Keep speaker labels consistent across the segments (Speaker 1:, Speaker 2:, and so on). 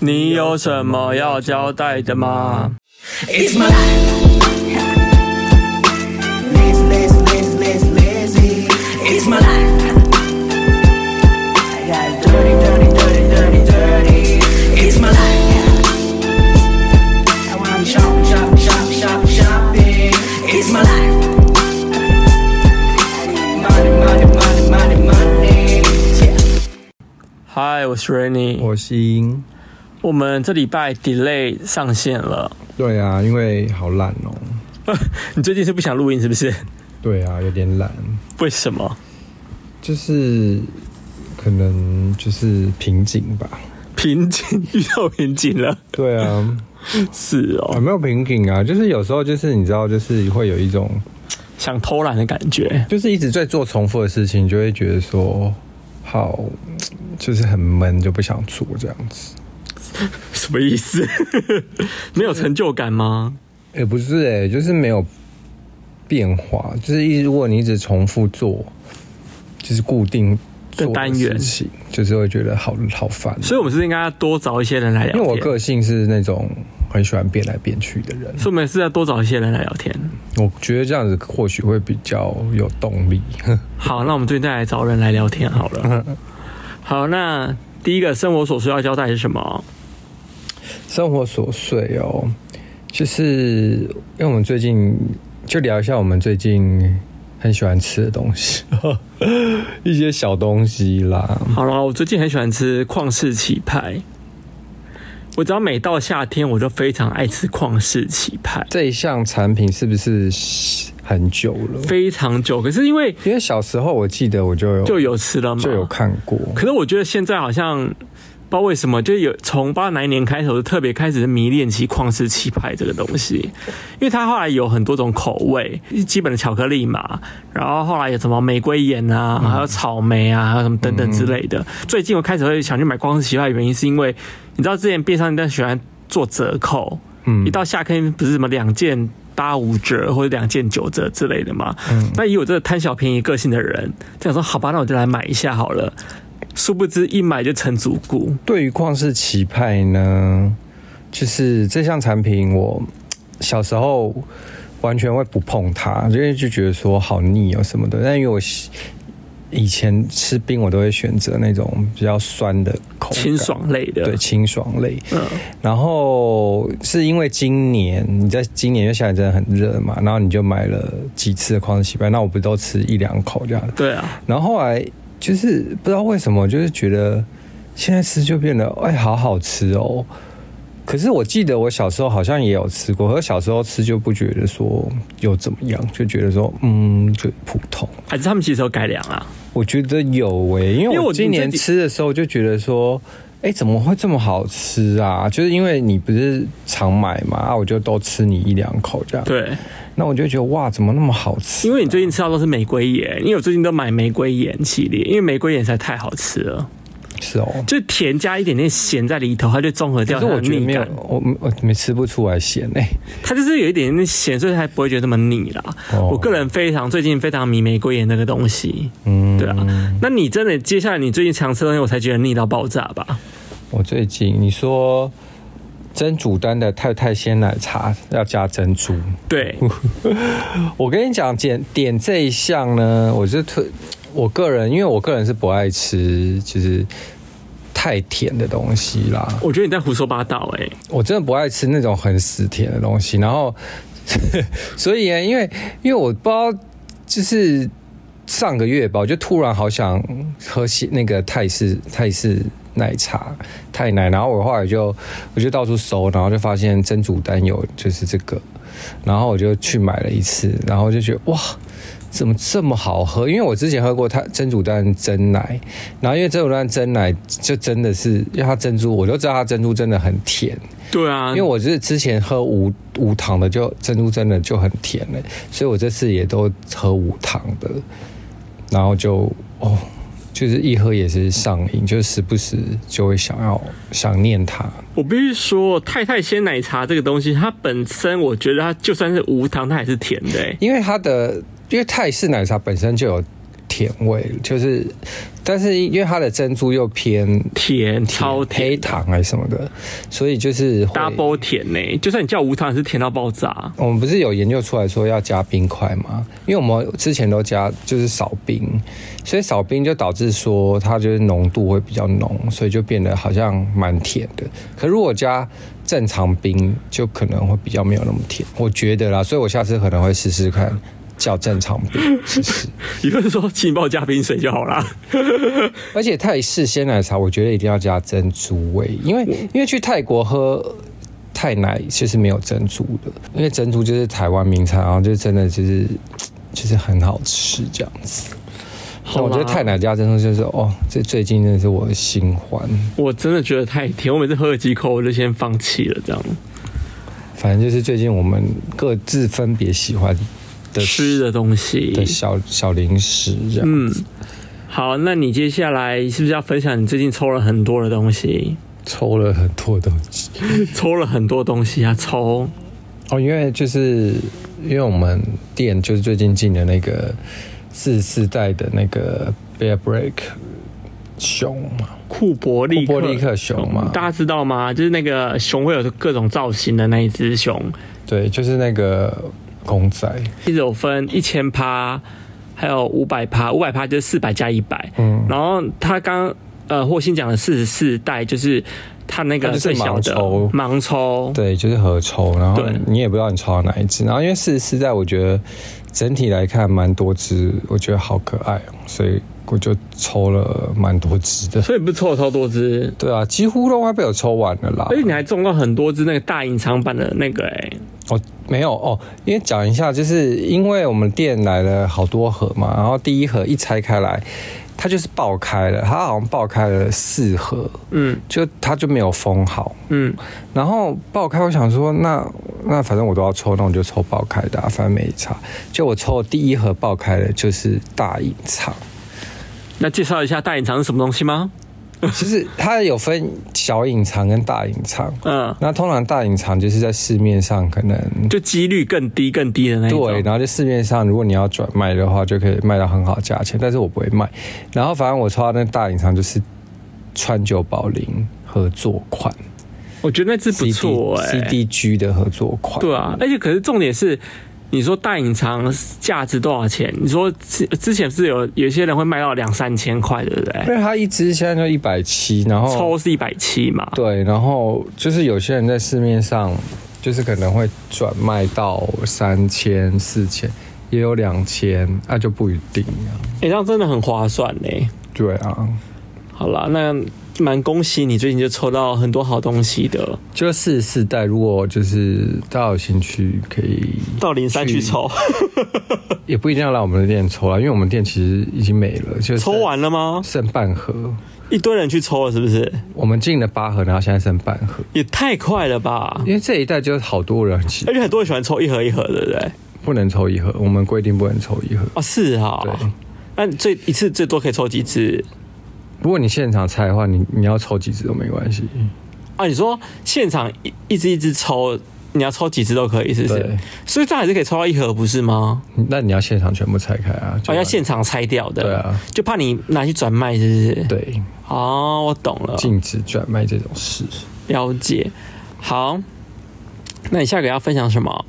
Speaker 1: 你有什么要交代的吗？
Speaker 2: It's my life. Lazy, lazy, lazy, lazy, lazy. It's my life. I got dirty, dirty, dirty, dirty, dirty. It's my life. I wanna shop, shop, shop, shop, shopping. It's my life. I need Money, money, money, money, money. Yeah.
Speaker 1: 嗨，我是 Rainy，
Speaker 3: 我心，
Speaker 1: 我们这礼拜 delay 上线了。
Speaker 3: 对啊，因为好懒哦、
Speaker 1: 你最近是不想录音是不是？
Speaker 3: 对啊，有点懒，
Speaker 1: 为什么？
Speaker 3: 就是可能就是瓶颈吧。
Speaker 1: 瓶颈遇到瓶颈了，
Speaker 3: 对啊，
Speaker 1: 是
Speaker 3: 有
Speaker 1: 哦，
Speaker 3: 没有瓶颈 啊？就是有时候就是你知道，就是会有一种，
Speaker 1: 想偷懒的感觉。
Speaker 3: 就是一直在做重复的事情，就会觉得说好，就是很闷，就不想做这样子。
Speaker 1: 什么意思？ 没有成就感吗？
Speaker 3: 也、不是哎、就是没有变化，就是一如果你一直重复做，就是固定做
Speaker 1: 的单
Speaker 3: 事
Speaker 1: 元
Speaker 3: 情，就是会觉得好好烦哦。
Speaker 1: 所以，我们是不是应该多找一些人来聊
Speaker 3: 因
Speaker 1: 天。
Speaker 3: 为我个性是那种很喜欢变来变去的人，
Speaker 1: 所以我们是要多找一些人来聊天。
Speaker 3: 我觉得这样子或许会比较有动力。
Speaker 1: 好，那我们最近再来找人来聊天好了。好，那第一个生活所需要交代是什么？
Speaker 3: 生活琐碎哦，就是因为我们最近就聊一下我们最近很喜欢吃的东西， 一些小东西啦。
Speaker 1: 好了，我最近很喜欢吃旷世奇派。我只要每到夏天，我就非常爱吃旷世奇派，
Speaker 3: 这一项产品是不是很久了？
Speaker 1: 非常久。可是因为
Speaker 3: 因为小时候我记得我就有
Speaker 1: 就有吃了嘛，
Speaker 3: 就有看过，
Speaker 1: 可是我觉得现在好像不知道为什么，就有从八哪一年开始，我就特别开始迷恋起旷世奇派这个东西，因为它后来有很多种口味，基本的巧克力嘛，然后后来有什么玫瑰盐啊，还有草莓啊，还有什么等等之类的。最近我开始会想去买旷世奇派的原因，是因为你知道之前便商店喜欢做折扣，
Speaker 3: 嗯
Speaker 1: 一到夏天不是什么两件八五折或者两件九折之类的嘛。那以我这个贪小便宜个性的人，这样说好吧，那我就来买一下好了。殊不知一买就成主顾，
Speaker 3: 对于旷世奇派呢，就是这项产品，我小时候完全会不碰它，因为就觉得说好腻哦什么的。但因为我喜以前吃冰，我都会选择那种比较酸的口感，
Speaker 1: 清爽类的。
Speaker 3: 对清爽类。
Speaker 1: 嗯，
Speaker 3: 然后是因为今年你在今年因为夏天真的很热嘛，然后你就买了几次的旷世奇派，那我不都吃一两口这样
Speaker 1: 对啊，
Speaker 3: 然后后来就是不知道为什么，就是觉得现在吃就变得哎，好好吃哦。可是我记得我小时候好像也有吃过，可是小时候吃就不觉得说有怎么样，就觉得说嗯就普通。
Speaker 1: 还是他们其实有改良啊。
Speaker 3: 我觉得有诶、因
Speaker 1: 因为
Speaker 3: 为
Speaker 1: 我
Speaker 3: 我今年
Speaker 1: 你自己
Speaker 3: 吃的时候就觉得说，哎、怎么会这么好吃啊？就是因为你不是常买嘛，啊，我就都吃你一两口这样。
Speaker 1: 对，
Speaker 3: 那我就觉得哇，怎么那么好吃啊、
Speaker 1: 因为你最近吃到都是玫瑰盐，因为我最近都买玫瑰盐系列，因为玫瑰盐实在太好吃了，
Speaker 3: 是哦，
Speaker 1: 就甜加一点点咸在里头，它就综合掉
Speaker 3: 可是
Speaker 1: 它
Speaker 3: 我
Speaker 1: 的
Speaker 3: 觉得
Speaker 1: 腻
Speaker 3: 没有
Speaker 1: 感。，
Speaker 3: 我我没吃不出来咸欸诶、
Speaker 1: 它就是有一点点咸，所以才不会觉得那么腻啦。
Speaker 3: 哦
Speaker 1: 我个人非常最近非常迷玫瑰盐那个东西，
Speaker 3: 嗯，
Speaker 1: 对啊。那你真的接下来你最近常吃的东西，我才觉得腻到爆炸吧？
Speaker 3: 我最近你说珍珠丹的太太鲜奶茶要加珍珠，
Speaker 1: 对，
Speaker 3: 我跟你讲，点点这一项呢，我是特我个人，因为我个人是不爱吃，就是。太甜的东西啦，
Speaker 1: 我觉得你在胡说八道哎、
Speaker 3: 我真的不爱吃那种很死甜的东西。然后， 所以呢，因为因为我不知道，就是上个月吧，我就突然好想喝西那个泰式泰式奶茶泰奶，然后我后来就我就到处搜，然后就发现真主丹有就是这个，然后我就去买了一次，然后就觉得哇。怎么这么好喝？因为我之前喝过它珍珠蛋真奶，然后因为珍珠蛋真奶就真的是，因为它珍珠，我就知道它珍珠真的很甜，
Speaker 1: 对啊，
Speaker 3: 因为我是之前喝无无糖的就，珍珠真的就很甜了，所以我这次也都喝无糖的，然后就哦，就是一喝也是上瘾，就时不时就会想要想念它。
Speaker 1: 我必须说，太太鲜奶茶这个东西，它本身我觉得它就算是无糖，它也是甜的、欸。
Speaker 3: 因为它的因为泰式奶茶本身就有甜味，就是，但是因为它的珍珠又偏
Speaker 1: 甜，超
Speaker 3: 黑
Speaker 1: 甜
Speaker 3: 糖还是什么的，所以就是会
Speaker 1: ，double 甜呢、就算你叫无糖，也是甜到爆 炸。
Speaker 3: 我们不是有研究出来说要加冰块吗？因为我们之前都加就是少冰，所以少冰就导致说它就是浓度会比较浓，所以就变得好像蛮甜的。可如果加正常冰，就可能会比较没有那么甜，我觉得啦。所以我下次可能会试试看叫正常冰试试。
Speaker 1: 也就是说，请你帮我加冰水就好啦。
Speaker 3: 而且泰式鲜奶茶，我觉得一定要加珍珠味，因为
Speaker 1: 嗯
Speaker 3: 因为去泰国喝泰奶其实没有珍珠的，因为珍珠就是台湾名产，然后就真的就是就是很好吃这样子。但
Speaker 1: 好
Speaker 3: 我觉得
Speaker 1: 啦
Speaker 3: 泰奶加珍珠就是哦，这最近真的是我的新欢。
Speaker 1: 我真的觉得太甜，我每次喝了几口我就先放弃了，这样
Speaker 3: 反正就是最近我们各自分别喜欢的
Speaker 1: 吃的东西。
Speaker 3: 的小小零食这样。
Speaker 1: 嗯，好，那你接下来是不是要分享你最近抽了很多的东 西？
Speaker 3: 抽了很多东西。
Speaker 1: 抽了很多东西啊，抽
Speaker 3: 哦，因为就是因为我们店就是最近进的那个四四代的那个 Bear Break 熊嘛，
Speaker 1: 库伯利克
Speaker 3: 库伯利克熊嘛
Speaker 1: 嗯大家知道吗？就是那个熊会有各种造型的那一只熊，
Speaker 3: 对，就是那个公仔，
Speaker 1: 其实有分一千趴，还有五百趴，五百趴就是四百加一百。
Speaker 3: 嗯，
Speaker 1: 然后他刚呃霍星讲的四十四代就是他那
Speaker 3: 它
Speaker 1: 个
Speaker 3: 就是
Speaker 1: 最小的
Speaker 3: 盲抽
Speaker 1: 盲抽，
Speaker 3: 对，就是合抽，然后
Speaker 1: 对
Speaker 3: 你也不知道你抽到哪一只，然后因为四四代我觉得整体来看蛮多只，我觉得好可爱哦，所以我就抽了蛮多只的。
Speaker 1: 所以不是抽了超多只，
Speaker 3: 对啊，几乎都快被我抽完了啦。
Speaker 1: 而且你还中到很多只那个大隐藏版的那个哎、
Speaker 3: 哦，没有哦，因为讲一下，就是因为我们店来了好多盒嘛，然后第一盒一拆开来，它就是爆开了，它好像爆开了四盒，
Speaker 1: 嗯
Speaker 3: 就它就没有封好。
Speaker 1: 嗯，
Speaker 3: 然后爆开，我想说，那那反正我都要抽，那我就抽爆开的啊、反正没差。就我抽的第一盒爆开的就是大隐藏，
Speaker 1: 那介绍一下大隐藏是什么东西吗？
Speaker 3: 其实它有分小隐藏跟大隐藏。
Speaker 1: 嗯，
Speaker 3: 那通常大隐藏就是在市面上可能
Speaker 1: 就几率更低更低的那一种。
Speaker 3: 对，然后就市面上，如果你要转卖的话，就可以卖到很好的价钱，但是我不会卖。然后反正我抽到那大隐藏就是川久保玲合作款，
Speaker 1: 我觉得那只不
Speaker 3: CD
Speaker 1: 错哎、
Speaker 3: CDG 的合作款。
Speaker 1: 对啊，而且可是重点是，你说大隐藏价值多少钱？你说之之前是有有一些人会卖到两三千块，对不对？
Speaker 3: 因为它一支现在就一百七，然后
Speaker 1: 抽啊是一百七嘛，
Speaker 3: 对，然后就是有些人在市面上就是可能会转卖到三千、四千，也有两千，那就不一定啊。
Speaker 1: 哎、这样真的很划算呢、
Speaker 3: 对啊，
Speaker 1: 好啦，那蛮恭喜你最近就抽到很多好东西的，
Speaker 3: 就四十四代，如果就是大家有兴趣可以
Speaker 1: 到零三去抽，
Speaker 3: 也不一定要来我们的店抽啦，因为我们店其实已经没了，就是
Speaker 1: 抽完了吗？
Speaker 3: 剩半盒，
Speaker 1: 一堆人去抽了，是不是？
Speaker 3: 我们进了八盒，然后现在剩半盒。
Speaker 1: 也太快了吧！
Speaker 3: 因为这一代就是好多人，其
Speaker 1: 而且很多人喜欢抽一盒一盒，对不对？
Speaker 3: 不能抽一盒，我们规定不能抽一盒。
Speaker 1: 哦，是啊、
Speaker 3: 对
Speaker 1: 那你最一次最多可以抽几次？
Speaker 3: 如果你现场拆的话，你你要抽几支都没关系。
Speaker 1: 啊，你说现场一一支一支抽，你要抽几支都可以，是不是
Speaker 3: 对？
Speaker 1: 所以这样还是可以抽到一盒，不是吗？
Speaker 3: 那你要现场全部拆开啊！就
Speaker 1: 哦，要现场拆掉的，
Speaker 3: 对啊，
Speaker 1: 就怕你拿去转卖，是不是？，
Speaker 3: 对
Speaker 1: 哦，我懂了，
Speaker 3: 禁止转卖这种事。
Speaker 1: 哦了解。好，那你下个要分享什么？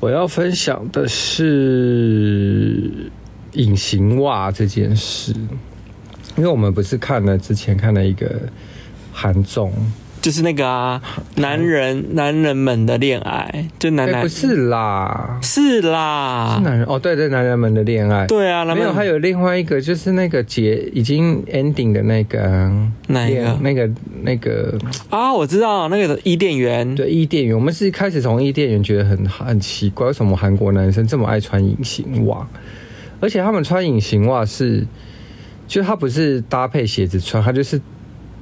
Speaker 3: 我要分享的是隐形袜这件事，因为我们不是看了之前看了一个韩综，
Speaker 1: 就是那个啊，男人男人们的恋爱，就男
Speaker 3: 嗯哎、
Speaker 1: 男、
Speaker 3: 不是啦，
Speaker 1: 是啦，
Speaker 3: 男人哦，对对，男人们的恋爱，
Speaker 1: 啊对啊，男
Speaker 3: 没有，
Speaker 1: 人
Speaker 3: 还有另外一个就是那个结已经 ending 的那个
Speaker 1: 哪一个
Speaker 3: 恋那个那个
Speaker 1: 啊，我知道那个的伊甸园，
Speaker 3: 对伊甸园，我们是一开始从伊甸园觉得很很奇怪，为什么韩国男生这么爱穿隐形袜？而且他们穿隐形袜是，就他不是搭配鞋子穿，他就是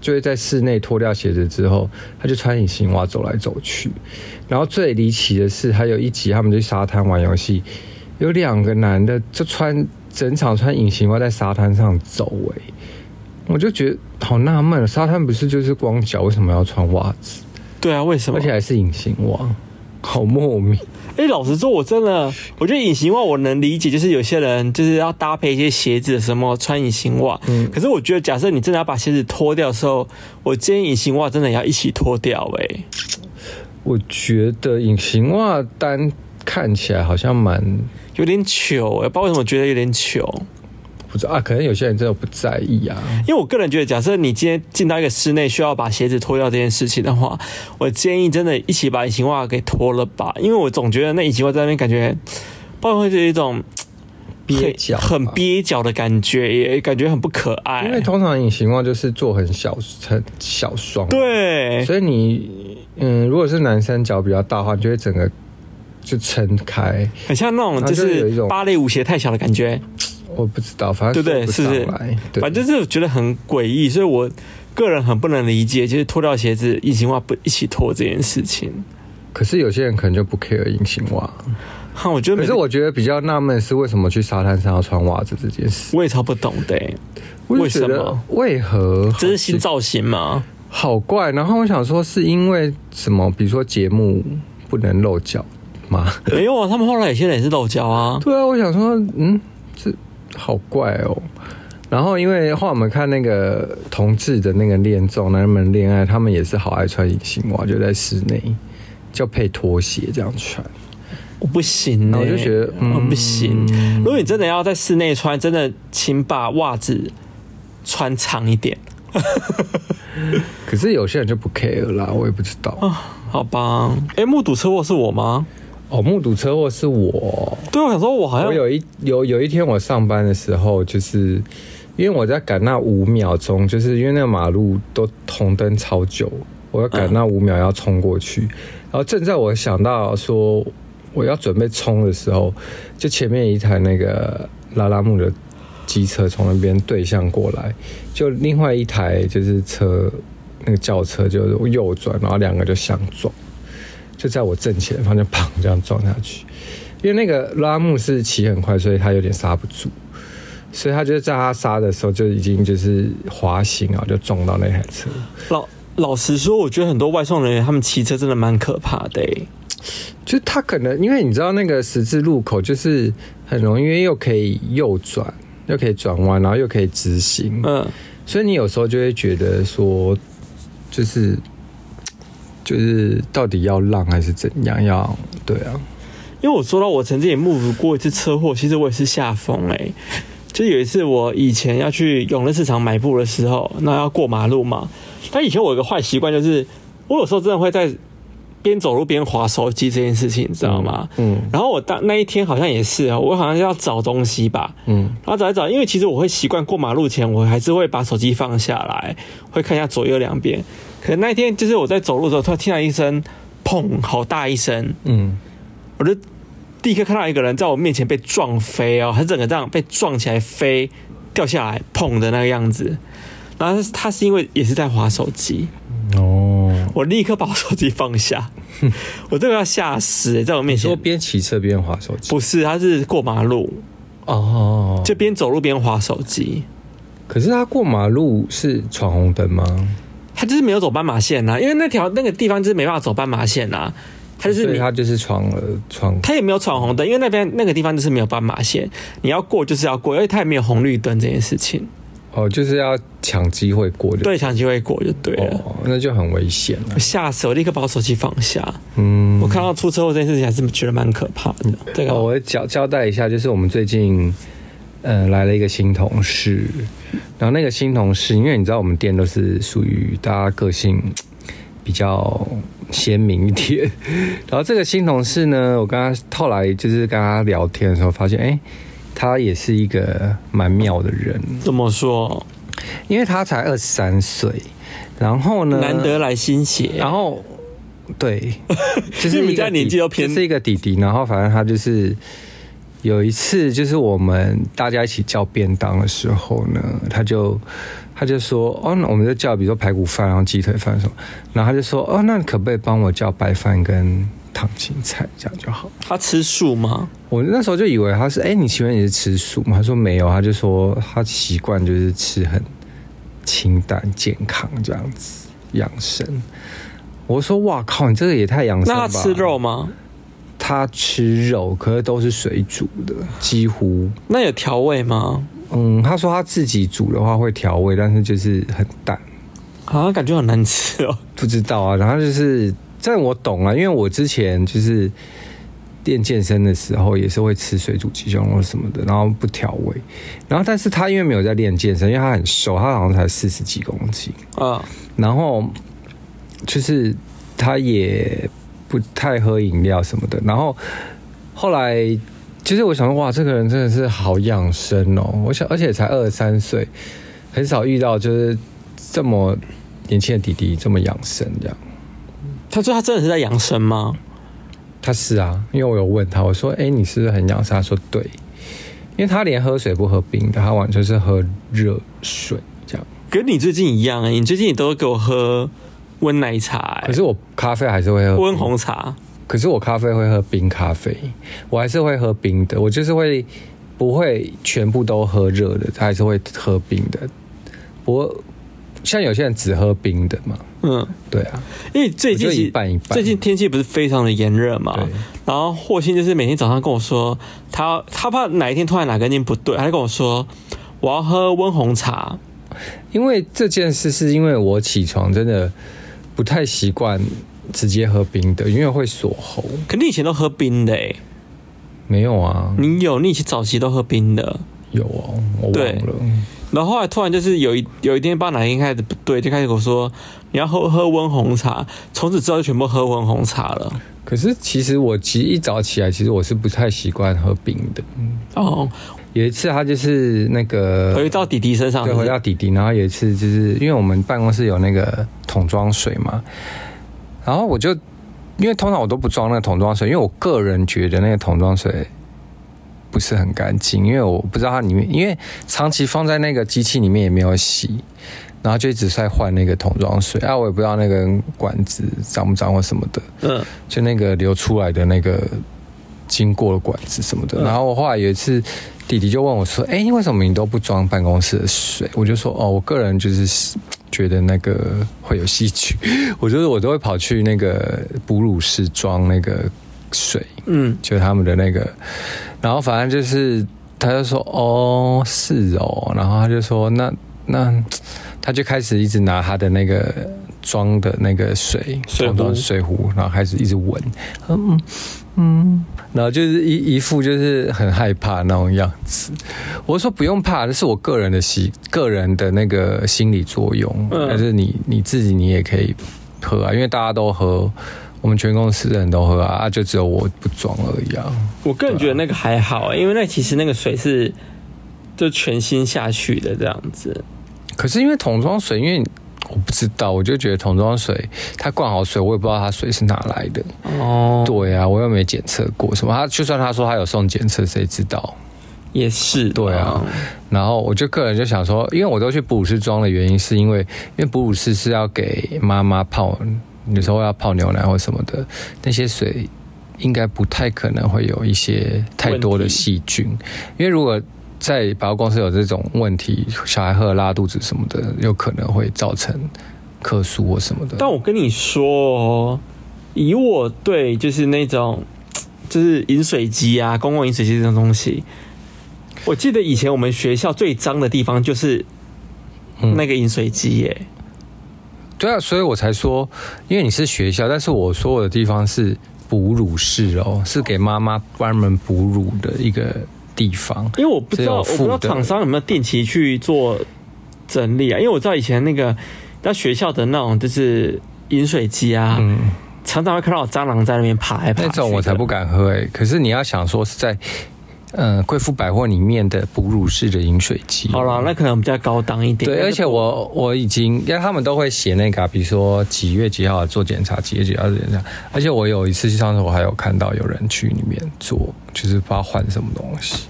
Speaker 3: 就会在室内脱掉鞋子之后，他就穿隐形袜走来走去。然后最离奇的是，还有一集他们去沙滩玩游戏，有两个男的就穿整场穿隐形袜在沙滩上走、欸，我就觉得好纳闷，沙滩不是就是光脚，为什么要穿袜子？
Speaker 1: 对啊，为什么？
Speaker 3: 而且还是隐形袜。好莫名。
Speaker 1: 哎、老实说，我真的，我觉得隐形袜我能理解，就是有些人就是要搭配一些鞋子，什么穿隐形袜。
Speaker 3: 嗯
Speaker 1: 可是我觉得，假设你真的要把鞋子脱掉的时候，我建议隐形袜真的也要一起脱掉、哎，
Speaker 3: 我觉得隐形袜单看起来好像蛮
Speaker 1: 有点糗、哎，不知道为什么觉得有点糗。
Speaker 3: 不知道啊，可能有些人真的不在意啊。
Speaker 1: 因为我个人觉得，假设你今天进到一个室内需要把鞋子脱掉这件事情的话，我建议真的一起把隐形袜给脱了吧，因为我总觉得那隐形袜在那边感觉，不然会有一种
Speaker 3: 憋脚吧
Speaker 1: 很憋脚的感觉，也感觉很不可爱。
Speaker 3: 因为通常隐形袜就是做很小很小双，，
Speaker 1: 对，
Speaker 3: 所以你嗯，如果是男生脚比较大的话，你就会整个就撑开。
Speaker 1: 很像那种
Speaker 3: 然后
Speaker 1: 就
Speaker 3: 就有一
Speaker 1: 是
Speaker 3: 种
Speaker 1: 芭蕾舞鞋太小的感觉，
Speaker 3: 我不知道，反
Speaker 1: 对
Speaker 3: 正
Speaker 1: 不对？是不
Speaker 3: 说
Speaker 1: 是
Speaker 3: 上来，？对
Speaker 1: 反正就是觉得很诡异，所以我个人很不能理解，就是脱掉鞋子隐形袜不一起脱这件事情。
Speaker 3: 可是有些人可能就不 care 隐形袜。
Speaker 1: 哈，我觉得每
Speaker 3: 可是我觉得比较纳闷的是为什么去沙滩上要穿袜子这件事，
Speaker 1: 我也超不懂的、欸
Speaker 3: 我就觉
Speaker 1: 为什
Speaker 3: 得
Speaker 1: 么
Speaker 3: 为何
Speaker 1: 这是新造型吗？
Speaker 3: 好怪。然后我想说是因为什么，比如说节目不能露脚吗？
Speaker 1: 没有啊，他们后来有些人也是露脚啊。
Speaker 3: 对啊，我想说，嗯，这好怪哦。然后，因为后来我们看那个同志的那个恋综，男人们恋爱，他们也是好爱穿隐形袜，就在室内就配拖鞋这样穿。
Speaker 1: 我不行、欸，
Speaker 3: 那我就觉得嗯
Speaker 1: 我不行。如果你真的要在室内穿，真的请把袜子穿长一点，
Speaker 3: 可是有些人就不 care 啦，我也不知道。
Speaker 1: 好吧？哎、目睹车祸是我吗？
Speaker 3: 哦，目睹车祸是我，
Speaker 1: 对，我想说，我好像
Speaker 3: 我有一有有一天我上班的时候，就是因为我在赶那五秒钟，就是因为那个马路都红灯超久，我要
Speaker 1: 嗯
Speaker 3: 赶那五秒要冲过去。然后正在我想到说我要准备冲的时候，就前面一台那个拉拉木的机车从那边对向过来，就另外一台就是车那个轿车就右转，然后两个就相撞。就在我正前方就砰这样撞下去。因为那个拉木是骑很快，所以他有点刹不住，所以他就在他刹的时候就已经就是滑行啊，就撞到那台车。
Speaker 1: 老老实说，我觉得很多外送人员他们骑车真的蛮可怕的、欸。
Speaker 3: 就他可能因为你知道那个十字路口就是很容易，因为又可以右转，又可以转弯，然后又可以直行，
Speaker 1: 嗯，
Speaker 3: 所以你有时候就会觉得说，就是就是到底要让还是怎样要？对啊，
Speaker 1: 因为我说到我曾经也目睹过一次车祸，其实我也是吓疯哎。就有一次我以前要去永乐市场买布的时候，那要过马路嘛。但以前我有个坏习惯，就是我有时候真的会在边走路边划手机这件事情，你知道吗？
Speaker 3: 嗯
Speaker 1: 然后我当那一天好像也是啊，我好像要找东西吧，
Speaker 3: 嗯
Speaker 1: 然后找一找，因为其实我会习惯过马路前，我还是会把手机放下来，会看一下左右两边。可能那一天就是我在走路的时候，突然听到一声砰，好大一声，
Speaker 3: 嗯，
Speaker 1: 我就立刻看到一个人在我面前被撞飞哦，他整个这样被撞起来飞掉下来，砰的那个样子。然后他他是因为也是在划手机，
Speaker 3: 哦，
Speaker 1: 我立刻把我手机放下， 我这个要吓死、欸在我面
Speaker 3: 说
Speaker 1: 前。
Speaker 3: 边骑车边滑手机
Speaker 1: 不是，他是过马路，
Speaker 3: 哦，
Speaker 1: 就边走路边划手机。
Speaker 3: 可是他过马路是闯红灯吗？
Speaker 1: 他就是没有走斑马线啊呐、因为那条那个地方就是没办法走斑马线呐、啊他就是
Speaker 3: 所以
Speaker 1: 你
Speaker 3: 他就是闯了闯。
Speaker 1: 他也没有闯红灯，因为那边那个地方就是没有斑马线，你要过就是要过，因为他也没有红绿灯这件事情，
Speaker 3: 哦，就是要抢机会过的。
Speaker 1: 对，想机会过就对了。
Speaker 3: 哦，那就很危险了
Speaker 1: 我。吓死我，立刻把我手机放下。
Speaker 3: 嗯，
Speaker 1: 我看到出车祸这件事情，还是觉得蛮可怕的。这个、
Speaker 3: 哦，我交交代一下，就是我们最近，呃，来了一个新同事，然后那个新同事，因为你知道我们店都是属于大家个性比较鲜明一点， 然后这个新同事呢，我跟他后来就是跟他聊天的时候，发现，哎、他也是一个蛮妙的人，
Speaker 1: 怎么说？
Speaker 3: 因为他才二十三岁，然后呢，
Speaker 1: 难得来新血
Speaker 3: 然，后 对，就
Speaker 1: 因为
Speaker 3: 是
Speaker 1: 你
Speaker 3: 一
Speaker 1: 家
Speaker 3: 个
Speaker 1: 年纪
Speaker 3: 弟
Speaker 1: 又偏
Speaker 3: 就是一个弟弟。然后反正他就是有一次，就是我们大家一起叫便当的时候呢，他就他就说哦，那我们就叫比如说排骨饭，然后鸡腿饭什么，然后他就说哦，那你可不可以帮我叫白饭跟烫青菜，这样就好。
Speaker 1: 他吃素吗？
Speaker 3: 我那时候就以为他是，哎、你请问你是吃素吗？他说没有，他就说他习惯就是吃很清淡、健康这样子养生。我说哇靠，你这个也太养生
Speaker 1: 那
Speaker 3: 了吧！
Speaker 1: 他吃肉吗？
Speaker 3: 他吃肉，可是都是水煮的，几乎。
Speaker 1: 那有调味吗？
Speaker 3: 嗯，他说他自己煮的话会调味，但是就是很淡，
Speaker 1: 好啊像感觉很难吃哦。
Speaker 3: 不知道啊。然后就是，但我懂啊了、因为我之前就是练健身的时候也是会吃水煮鸡胸肉什么的，然后不调味。然后，但是他因为没有在练健身，因为他很瘦，他好像才四十几公斤，
Speaker 1: 嗯，
Speaker 3: 然后就是他也不太喝饮料什么的，然后后来其实我想说，哇，这个人真的是好养生哦！我想，而且才二十三岁，很少遇到就是这么年轻的弟弟这么养生这样。
Speaker 1: 他说他真的是在养生吗？
Speaker 3: 他是啊，因为我有问他，我说：“哎、你是不是很养生？”他说：“对，因为他连喝水不喝冰的，他完全是喝热水这样。
Speaker 1: 跟你最近一样哎、你最近也都给我喝温奶茶、欸，
Speaker 3: 可是我咖啡还是会喝冰
Speaker 1: 温红茶。
Speaker 3: 可是我咖啡会喝冰咖啡，我还是会喝冰的，我就是会不会全部都喝热的，还是会喝冰的。我像有些人只喝冰的嘛，
Speaker 1: 嗯，
Speaker 3: 对啊，
Speaker 1: 因为最近
Speaker 3: 我就
Speaker 1: 其
Speaker 3: 一半一半
Speaker 1: 最近天气不是非常的炎热嘛
Speaker 3: 对，
Speaker 1: 然后霍信就是每天早上跟我说，他他怕哪一天突然哪根筋不对，他就跟我说我要喝温红茶。
Speaker 3: 因为这件事是因为我起床真的不太习惯直接喝冰的，因为会锁喉。
Speaker 1: 可你以前都喝冰的、欸，
Speaker 3: 没有啊，
Speaker 1: 你有你以前早期都喝冰的，
Speaker 3: 有哦，我忘
Speaker 1: 对
Speaker 3: 了。
Speaker 1: 然后后来突然就是有一有一天不知道哪一天开始不对，就开始跟我说你要喝喝温红茶，从此之后就全部喝温红茶了。
Speaker 3: 可是其实我其实一早起来，其实我是不太习惯喝冰的。
Speaker 1: 哦，
Speaker 3: 有一次他就是那个
Speaker 1: 回到弟弟身上
Speaker 3: 对，回到弟弟，然后有一次就是因为我们办公室有那个桶装水嘛，然后我就因为通常我都不装那个桶装水，因为我个人觉得那个桶装水不是很干净，因为我不知道它里面，因为长期放在那个机器里面也没有洗，然后就一直在换那个桶装水啊，我也不知道那个管子脏不脏或什么的，
Speaker 1: 嗯，
Speaker 3: 就那个流出来的那个经过的管子什么的。然后我后来有一次，弟弟就问我说：“哎、为什么你都不装办公室的水？”我就说：“哦，我个人就是觉得那个会有细菌，我就是我都会跑去那个哺乳室装那个水，
Speaker 1: 嗯，
Speaker 3: 就是他们的那个，然后反正就是他就说哦是哦，然后他就说那那他就开始一直拿他的那个装的那个水
Speaker 1: 水壶
Speaker 3: 装到水壶，然后开始一直闻，嗯嗯，然后就是一一副就是很害怕那种样子。我说不用怕，这是我个人的习个人的那个心理作用，
Speaker 1: 嗯
Speaker 3: 但是你你自己你也可以喝啊，因为大家都喝。我们全公司的人都喝啊，啊就只有我不装而已啊。
Speaker 1: 我个人觉得那个还好、因为那其实那个水是就全新下去的这样子。
Speaker 3: 可是因为桶装水，因为我不知道，我就觉得桶装水它灌好水，我也不知道它水是哪来的。
Speaker 1: 哦，
Speaker 3: 对啊，我又没检测过什么。他就算他说他有送检测，谁知道？
Speaker 1: 也是，
Speaker 3: 对啊，然后我就个人就想说，因为我都去哺乳室装的原因，是因为因为哺乳室是要给妈妈泡，有时候要泡牛奶或什么的，那些水应该不太可能会有一些太多的细菌，因为如果在百货公司有这种问题，小孩喝了拉肚子什么的，有可能会造成咳嗽或什么的。
Speaker 1: 但我跟你说哦，以我对就是那种就是饮水机啊，公共饮水机这种东西，我记得以前我们学校最脏的地方就是
Speaker 3: 嗯
Speaker 1: 那个饮水机耶、
Speaker 3: 对啊，所以我才说，因为你是学校，但是我说我的地方是哺乳室哦，是给妈妈专门哺乳的一个地方。
Speaker 1: 因为我不知道，我
Speaker 3: 只有
Speaker 1: 不知道
Speaker 3: 负的
Speaker 1: 厂商有没有定期去做整理啊，因为我知道以前那个在学校的那种就是饮水机啊，
Speaker 3: 嗯，
Speaker 1: 常常会看到有蟑螂在那边爬来爬去
Speaker 3: 那
Speaker 1: 的
Speaker 3: 种我才不敢喝诶、可是你要想说是在，呃，贵妇百货里面的哺乳室的饮水机。
Speaker 1: 好啦，那可能比较高档一点。
Speaker 3: 对，而且我我已经，因为他们都会写那个啊、比如说几月几号做检查，几月几号做检查。而且我有一次去上厕所，还有看到有人去里面做，就是不知道换什么东西。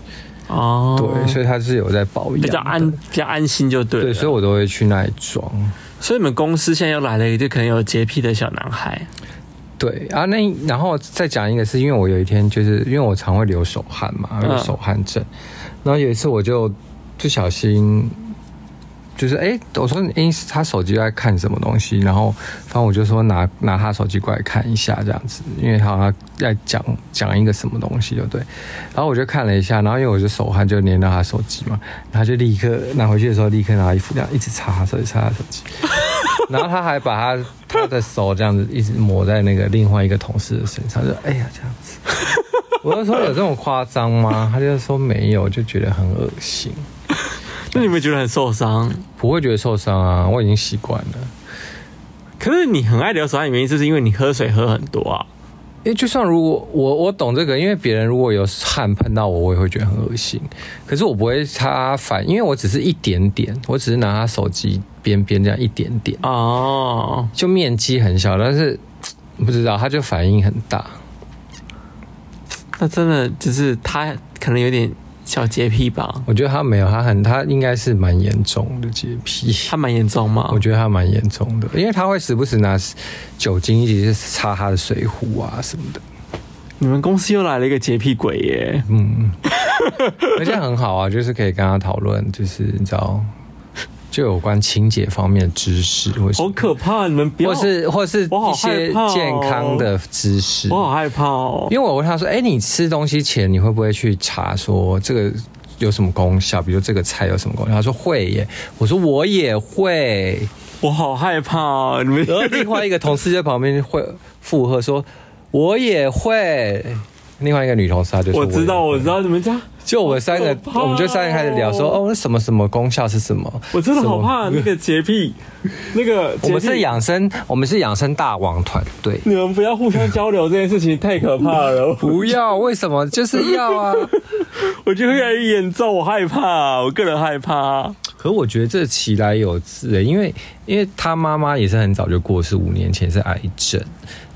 Speaker 1: 哦，
Speaker 3: 对，所以他是有在保养，
Speaker 1: 比较安，比较安心就对了。
Speaker 3: 对，所以我都会去那里装。
Speaker 1: 所以你们公司现在又来了一个可能有洁癖的小男孩，
Speaker 3: 对啊，那然后再讲一个是因为我有一天就是因为我常会流手汗嘛，
Speaker 1: 嗯
Speaker 3: 有手汗症，然后有一次我就不小心就是哎、诶我说你诶他手机在看什么东西，然后反正我就说拿拿他手机过来看一下这样子，因为他好像在讲讲一个什么东西，对不对？然后我就看了一下，然后因为我就手汗就粘到他手机嘛，然后就立刻拿回去的时候立刻拿衣服这样一直擦他手机，擦他手机，然后他还把他他的手这样子一直抹在那个另外一个同事的身上，就哎呀这样子。 我就说有这种夸张吗？他就说没有，就觉得很恶心。
Speaker 1: 那你们觉得很受伤？
Speaker 3: 不会觉得受伤啊，我已经习惯了。
Speaker 1: 可是你很爱流手汗，原因就是因为你喝水喝很多啊。
Speaker 3: 因为就算如果我我懂这个，因为别人如果有汗喷到我，我也会觉得很恶心。可是我不会他反，因为我只是一点点，我只是拿他手机边边这样一点点，
Speaker 1: 哦，
Speaker 3: 就面积很小，但是不知道他就反应很大。
Speaker 1: 那真的就是他可能有点小洁癖吧？
Speaker 3: 我觉得他没有，他很他应该是蛮严重的洁癖。
Speaker 1: 他蛮严重吗
Speaker 3: 我？觉得他蛮严重的，因为他会时不时拿酒精一起去擦他的水壶啊什么的。
Speaker 1: 你们公司又来了一个洁癖鬼耶！
Speaker 3: 嗯，而且很好啊，就是可以跟他讨论，就是你知道，就有关清洁方面的知识，或是
Speaker 1: 好可怕！你们不要，
Speaker 3: 或是或是
Speaker 1: 我好
Speaker 3: 一
Speaker 1: 害
Speaker 3: 些
Speaker 1: 怕哦
Speaker 3: 健康的知识。
Speaker 1: 我好害怕哦。
Speaker 3: 因为我问他说：“哎、你吃东西前你会不会去查说这个有什么功效？比如这个菜有什么功效？”他说：“会耶。”我说：“我也会。
Speaker 1: 我好害怕哦！你们”
Speaker 3: 然后另外一个同事在旁边会附和说：“我也会。”另外一个女同事她就说：“
Speaker 1: 我知道，
Speaker 3: 也会
Speaker 1: 我知嗯道你们家，
Speaker 3: 就我们三个
Speaker 1: 好，可怕哦
Speaker 3: 我们就三个开始聊说，哦，那什么什么功效是什么？
Speaker 1: 我真的好
Speaker 3: 什么。
Speaker 1: 怕那个洁 癖，那个洁癖
Speaker 3: 我们是养生，我们是养生大王团队。
Speaker 1: 你们不要互相交流这件事情太可怕 了，我
Speaker 3: 不要，为什么就是要啊？
Speaker 1: 我觉得越来越严重，我害怕，我个人害怕。
Speaker 3: 可我觉得这其来有自、欸，因为因为他妈妈也是很早就过世，五年前是癌症，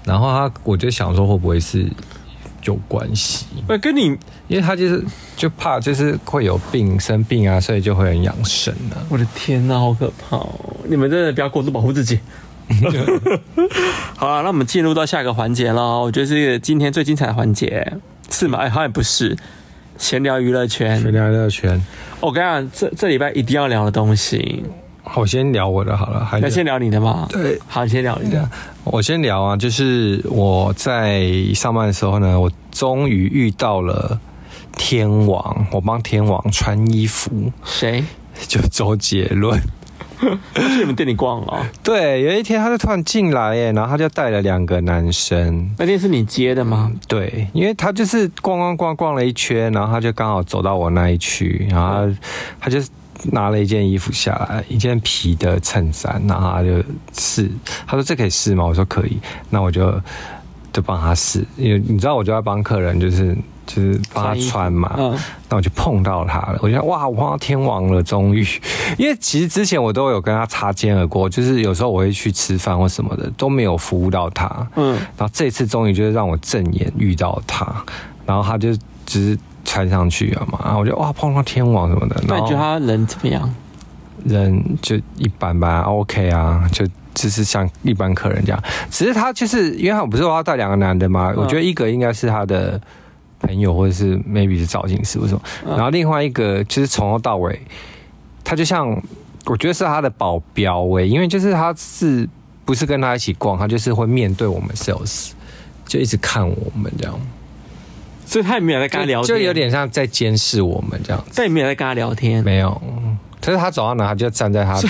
Speaker 3: 然后他我就想说会不会是有关系？
Speaker 1: 那跟你，
Speaker 3: 因为他就是就怕就是会有病生病啊，所以就会很养生啊。
Speaker 1: 我的天哪、好可怕哦！你们真的不要过度保护自己。 好了，那我们进入到下一个环节喽。我觉得是今天最精彩的环节，是吗？哎，好像也不是，闲聊娱乐圈。哦
Speaker 3: 聊乐圈，
Speaker 1: 我跟你讲，这这礼拜一定要聊的东西，
Speaker 3: 我先聊我的好了，还
Speaker 1: 那
Speaker 3: 是
Speaker 1: 先聊你的吗？
Speaker 3: 对
Speaker 1: 好，你先聊你的。
Speaker 3: 我先聊啊，就是我在上班的时候呢，我终于遇到了天王，我帮天王穿衣服，
Speaker 1: 谁？
Speaker 3: 就周杰伦。
Speaker 1: 去你们店里逛哦。
Speaker 3: 对，有一天他就突然进来耶，然后他就带了两个男生。
Speaker 1: 那天是你接的吗？
Speaker 3: 对，因为他就是逛逛逛逛了一圈，然后他就刚好走到我那一区，然后他他就拿了一件衣服下来，一件皮的衬衫，然后他就试，他说这可以试吗？我说可以，那我就就帮他试，因为你知道我就要帮客人就是就是
Speaker 1: 穿
Speaker 3: 帮他
Speaker 1: 衣服
Speaker 3: 穿嘛，
Speaker 1: 嗯，
Speaker 3: 那我就碰到他了，我就想哇，我碰到天王了，终于！因为其实之前我都有跟他擦肩而过，就是有时候我会去吃饭或什么的，都没有服务到他。
Speaker 1: 嗯，
Speaker 3: 然后这次终于就是让我正眼遇到他，然后他就只是穿上去了嘛，然后我就哇碰到天王什么的，
Speaker 1: 那
Speaker 3: 然
Speaker 1: 你
Speaker 3: 后
Speaker 1: 觉得他人怎么样？
Speaker 3: 人就一般般，OK 啊，就。就是像一般客人这样，只是他就是因为他不是说要带两个男的嘛，
Speaker 1: 嗯
Speaker 3: 我觉得一个应该是他的朋友或者是 maybe 是造型师或什么，
Speaker 1: 嗯
Speaker 3: 然后另外一个就是从头到尾，他就像我觉得是他的保镖喂、因为就是他是不是跟他一起逛，他就是会面对我们 sales，就一直看我们这样，
Speaker 1: 所以他也没有在跟他聊
Speaker 3: 就
Speaker 1: 天，
Speaker 3: 就有，点像在监视我们这样子。
Speaker 1: 但也没有在跟他聊天。
Speaker 3: 没有，可是他早上呢，他就站在他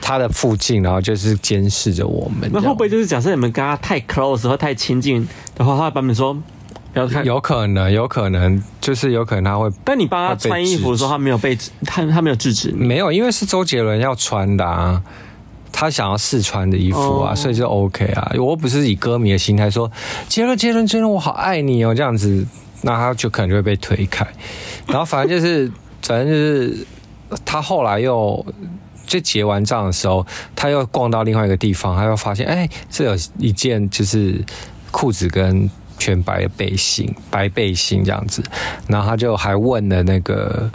Speaker 3: 他的附近，然后就是监视着我们这
Speaker 1: 那
Speaker 3: 样。
Speaker 1: 会不会就是假设你们跟他太 close 或太亲近的话，他会帮你说不要看？
Speaker 3: 有可能，有可能，就是有可能他会
Speaker 1: 但你帮他穿衣服的时候，他没有被他他没有制止你。
Speaker 3: 没有，因为是周杰伦要穿的啊，他想要试穿的衣服啊，
Speaker 1: 哦
Speaker 3: 所以就 OK 啊。我不是以歌迷的心态说杰伦，杰伦，杰伦，我好爱你哦，这样子，那他就可能就会被推开。然后反正就是，反正就是他后来又。就结完账的时候，他又逛到另外一个地方，他又发现，哎、这有一件就是裤子跟全白的背心，白背心这样子。然后他就还问了那个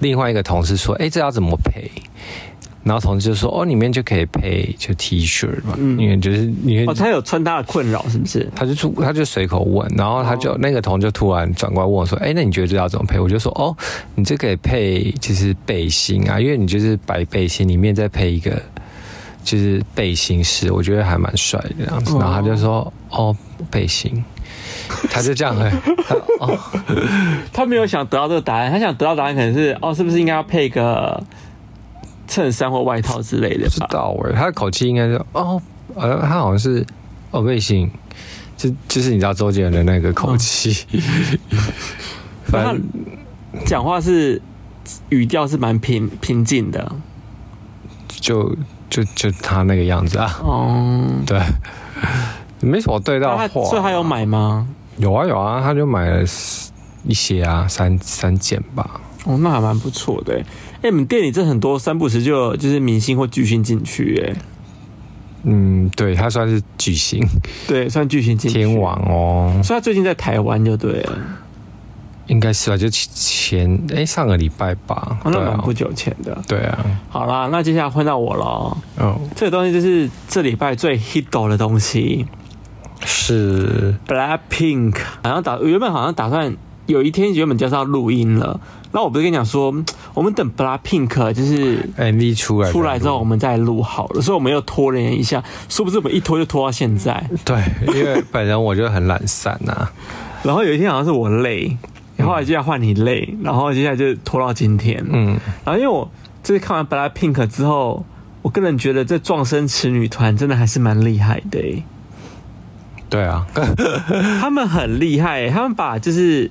Speaker 3: 另外一个同事说：“哎，这要怎么赔？”然后同事就说哦，里面就可以配就 T 恤嘛，因为就是因为
Speaker 1: 哦，他有穿搭的困扰是不是？
Speaker 3: 他就出，他就随口问，然后他就、那个同就突然转过来问我说：“哎、那你觉得这要怎么配？”我就说：“哦，你这可以配就是背心啊，因为你就是白背心里面再配一个就是背心式，我觉得还蛮帅的这样子。”然后他就说：“哦，背心。”他就这样很，他哦，
Speaker 1: 他没有想得到这个答案，他想得到答案可能是哦，是不是应该要配个衬衫或外套之类的
Speaker 3: 不知
Speaker 1: 吧？
Speaker 3: 道哎，他的口气应该是哦，呃，他好像是哦背心，就就是你知道周杰伦的那个口气， 反
Speaker 1: 他
Speaker 3: 正
Speaker 1: 讲话是语调是蛮平平静的
Speaker 3: 就就就他那个样子啊。
Speaker 1: 哦。
Speaker 3: 对，没什么对到
Speaker 1: 那他
Speaker 3: 货、
Speaker 1: 所以他有买吗？
Speaker 3: 有啊有啊，他就买了一些啊，三三件吧。
Speaker 1: 哦，那还蛮不错的欸。哎、你们店里这很多三不时就有就是明星或巨星进去，哎，
Speaker 3: 嗯，对他算是巨星
Speaker 1: 对，算巨星进去。
Speaker 3: 天王哦，
Speaker 1: 所以他最近在台湾就对了，
Speaker 3: 应该是吧？就前哎、上个礼拜吧，
Speaker 1: 哦、那
Speaker 3: 对
Speaker 1: 蛮
Speaker 3: 啊
Speaker 1: 不，久前的。
Speaker 3: 对啊，
Speaker 1: 好啦，那接下来换到我了。
Speaker 3: 哦，
Speaker 1: 这个东西就是这礼拜最 hit 的东西
Speaker 3: 是
Speaker 1: ，Blackpink。好像打原本好像打算有一天原本就是要录音了，那我不是跟你讲说，嗯我们等 Blackpink 就是
Speaker 3: MV 出来
Speaker 1: 出来之后我，们再录好了，所以我们又拖了一下，殊不知我们一拖就拖到现在。
Speaker 3: 对，因为本人我就很懒散呐、啊，
Speaker 1: 然后有一天好像是我
Speaker 3: 嗯
Speaker 1: 累，然后后来接下来换你累，然后接下来就拖到今天。
Speaker 3: 嗯，
Speaker 1: 然后因为我这次看完 BLACKPINK 之后，我个人觉得这撞声词女团真的还是蛮厉害的、 欸，
Speaker 3: 对啊，
Speaker 1: 他们很厉害、欸，他们把就是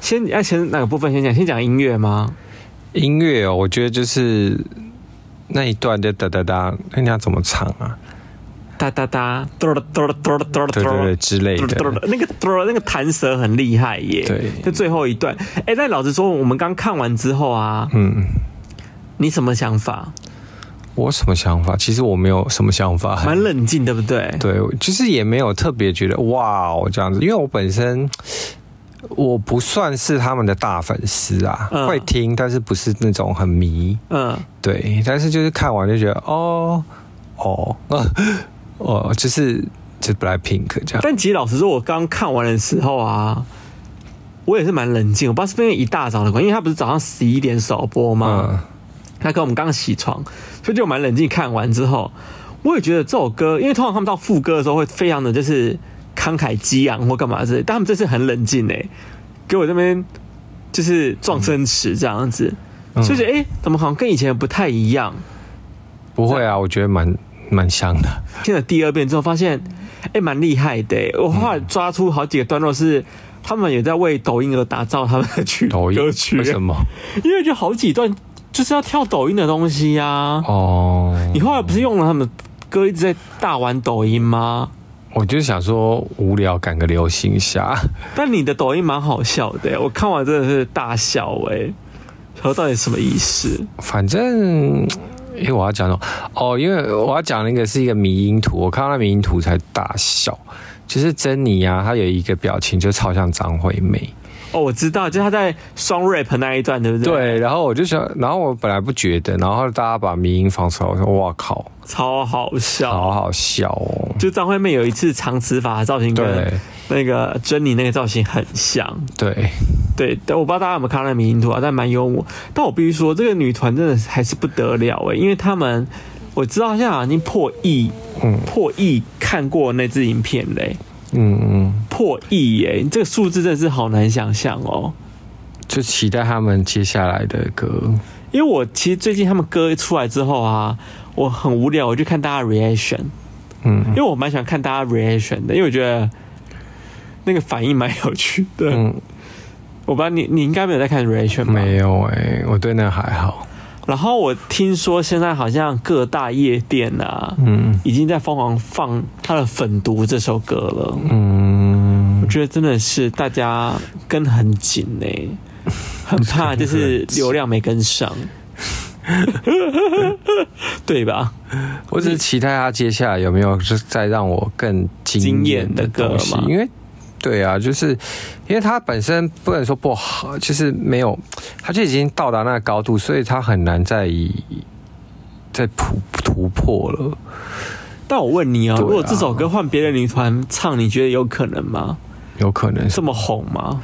Speaker 1: 先要先哪个部分先讲？先讲音乐吗？
Speaker 3: 音乐哦，我觉得就是那一段就哒哒哒，那你要怎么唱啊？
Speaker 1: 哒哒哒，嘟了嘟了嘟了嘟了嘟
Speaker 3: 对对
Speaker 1: 了
Speaker 3: 对。之类的，
Speaker 1: 那个那个弹舌很厉害耶，
Speaker 3: 对
Speaker 1: 就最后一段。哎、但老实说，我们刚看完之后啊，
Speaker 3: 嗯。
Speaker 1: 你什么想法？
Speaker 3: 我什么想法？其实我没有什么想法，
Speaker 1: 蛮冷静，对不对？
Speaker 3: 对，就是也没有特别觉得哇哦这样子，因为我本身我不算是他们的大粉丝啊，
Speaker 1: 嗯
Speaker 3: 会听，但是不是那种很迷，
Speaker 1: 嗯，
Speaker 3: 对，但是就是看完就觉得哦哦 哦，就是就是 Black Pink 这样，
Speaker 1: 但其实老实说，我刚看完的时候啊，我也是蛮冷静。我不知道是不是因为一大早的关系，因为他不是早上十一点首播
Speaker 3: 嗯
Speaker 1: 吗？，他跟我们刚起床，所以就蛮冷静。看完之后，我也觉得这首歌，因为通常他们到副歌的时候会非常的就是慷慨激昂或干嘛之类，但他们这次很冷静诶、给我这边就是撞声词这样子，
Speaker 3: 嗯
Speaker 1: 所以觉得诶、怎么好像跟以前不太一样？
Speaker 3: 不会啊，我觉得蛮蛮像的，
Speaker 1: 听了第二遍之后，发现哎蛮厉害的
Speaker 3: 嗯
Speaker 1: 欸。我后来抓出好几个段落是。他们也在为抖音而打造他们的曲
Speaker 3: 抖音
Speaker 1: 歌曲，
Speaker 3: 哦为什么？
Speaker 1: 因为就好几段就是要跳抖音的东西呀、啊。
Speaker 3: 哦，
Speaker 1: 你后来不是用了他们的歌一直在大玩抖音吗？
Speaker 3: 我就想说无聊赶个流行一下，
Speaker 1: 但你的抖音蛮好笑的欸，我看完真的是大笑哎，想说到底什么意思？
Speaker 3: 反正，因为我要讲什么哦，因为我要讲那个是一个迷因图，我看到那迷因图才大笑。就是珍妮啊，她有一个表情就超像张惠妹，
Speaker 1: 哦，我知道，就是他在双 rap 那一段，对不对？，
Speaker 3: 对。然后我就想，然后我本来不觉得，然后大家把迷因放出来，我说哇靠，
Speaker 1: 超好笑。
Speaker 3: 好好笑哦。
Speaker 1: 就张惠妹有一次长直发的造型跟
Speaker 3: 对
Speaker 1: 那个珍妮那个造型很像，
Speaker 3: 对，
Speaker 1: 对，但我不知道大家有没有看到那迷因图啊，但蛮幽默。但我必须说，这个女团真的还是不得了哎、因为他们我知道现在好像已经破亿，
Speaker 3: 嗯
Speaker 1: 破亿看过那支影片嘞、
Speaker 3: 嗯嗯，
Speaker 1: 破亿耶、这个数字真的是好难想象哦。
Speaker 3: 就期待他们接下来的歌。
Speaker 1: 因为我其实最近他们歌出来之后啊，我很无聊，我就看大家 reaction，因
Speaker 3: 嗯
Speaker 1: 为我蛮喜欢看大家 reaction 的，因为我觉得那个反应蛮有趣的。
Speaker 3: 嗯，
Speaker 1: 我不知道你你应该没有在看 reaction 吧？
Speaker 3: 没有哎、我对那还好。
Speaker 1: 然后我听说现在好像各大夜店啊，
Speaker 3: 嗯
Speaker 1: 已经在疯狂放他的《粉毒》这首歌了。
Speaker 3: 嗯
Speaker 1: 我，觉得真的是大家跟很紧呢、很怕 就是流量没跟上， 对吧？
Speaker 3: 我只是期待他接下来有没有就是再让我更惊艳的
Speaker 1: 惊
Speaker 3: 东
Speaker 1: 艳
Speaker 3: 西
Speaker 1: 的歌，嘛
Speaker 3: 因为对啊，就是因为他本身不能说不好，就是没有，他就已经到达那个高度，所以他很难再以在突突破了。
Speaker 1: 但我问你哦、
Speaker 3: 对啊
Speaker 1: 如果这首歌换别的女团唱，你觉得有可能吗？
Speaker 3: 有可能
Speaker 1: 这么红吗？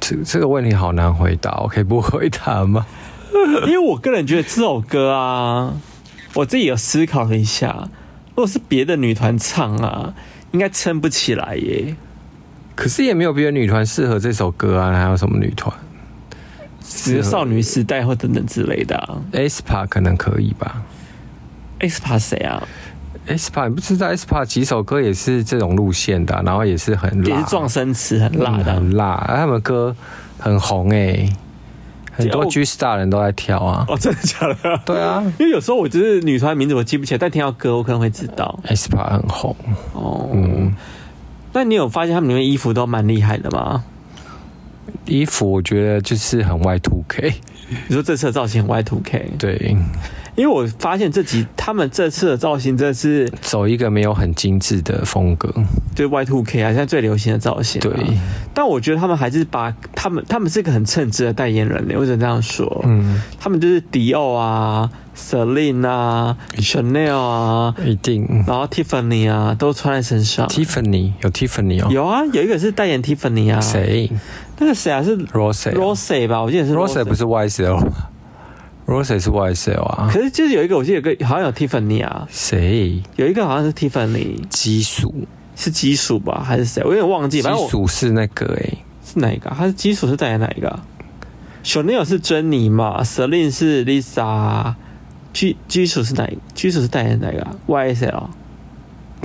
Speaker 3: 这这个问题好难回答，我可以不回答吗？
Speaker 1: 因为我个人觉得这首歌啊，我自己有思考了一下，如果是别的女团唱啊，应该撑不起来耶。
Speaker 3: 可是也没有别的女团适合这首歌啊，还有什么女团
Speaker 1: 只是少女时代或等等之类的、啊。
Speaker 3: ？aespa 可能可以吧
Speaker 1: aespa 谁啊？
Speaker 3: ？aespa 你不知道 aespa 几首歌也是这种路线的啊、然后也是很
Speaker 1: 也
Speaker 3: 辣，
Speaker 1: 是撞声词，很辣
Speaker 3: 嗯
Speaker 1: 的啊。
Speaker 3: 很辣，啊他们歌很红哎、很多
Speaker 1: 就
Speaker 3: G Star 人都在跳啊。
Speaker 1: 哦，真的假的？
Speaker 3: 对啊
Speaker 1: 因为有时候我就是女团名字我记不起来，但听到歌我可能会知道。
Speaker 3: ，aespa 很红，
Speaker 1: 哦，那你有发现他们里面衣服都蛮厉害的吗？
Speaker 3: 衣服我觉得就是很 Y two K，
Speaker 1: 你说这次的造型很 Y two K，
Speaker 3: 对，
Speaker 1: 因为我发现这集他们这次的造型真的是
Speaker 3: 走一个没有很精致的风格，
Speaker 1: 对 Y two K 啊，现在最流行的造型、啊
Speaker 3: 对，
Speaker 1: 但我觉得他们还是把他们他们是个很称职的代言人欸呢，我只能这样说。
Speaker 3: 嗯，
Speaker 1: 他们就是迪奥啊、Celine 啊、Chanel 啊，
Speaker 3: 一定。
Speaker 1: 然后 Tiffany 啊，都穿在身上。
Speaker 3: Tiffany 有 Tiffany 哦，
Speaker 1: 有啊，有一个是代言 Tiffany 啊，？
Speaker 3: 谁
Speaker 1: 那个谁啊？是
Speaker 3: Rose
Speaker 1: Rose 吧？我记得是
Speaker 3: Rose 不是 YSL 吗，Rose 是 YSL 啊
Speaker 1: 可，是就是有一个，我记得有一个好像有 Tiffany 啊，
Speaker 3: 谁
Speaker 1: 有一个好像是 Tiffany
Speaker 3: 基础
Speaker 1: 是基础吧，还是谁？我有点忘记，
Speaker 3: 基
Speaker 1: 反正我
Speaker 3: 础是那个哎、
Speaker 1: 是哪一个啊？他是基础是代言哪一个啊？Chanel 是珍妮嘛，Celine 是 Lisa。基基础是哪一？基础是代言哪一个啊？YSL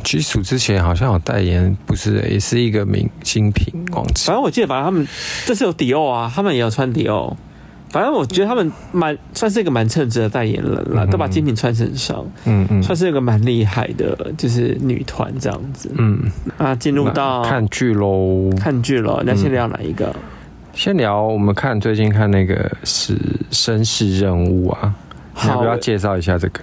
Speaker 3: 基础之前好像有代言，不是、欸、也是一个明精品，忘记
Speaker 1: 反正我记得，反正他们这次有迪奥啊，他们也有穿迪奥。反正我觉得他们蛮算是一个蛮称职的代言人了，都把精品穿身上，
Speaker 3: 嗯嗯
Speaker 1: 算是一个蛮厉害的，就是女团这样子。
Speaker 3: 嗯，
Speaker 1: 啊，进入到
Speaker 3: 那看嗯剧喽。
Speaker 1: 看剧了，你要先聊哪一个？
Speaker 3: 先聊我们看最近看那个是绅士任务啊，你要
Speaker 1: 好
Speaker 3: 不，要介绍一下这个？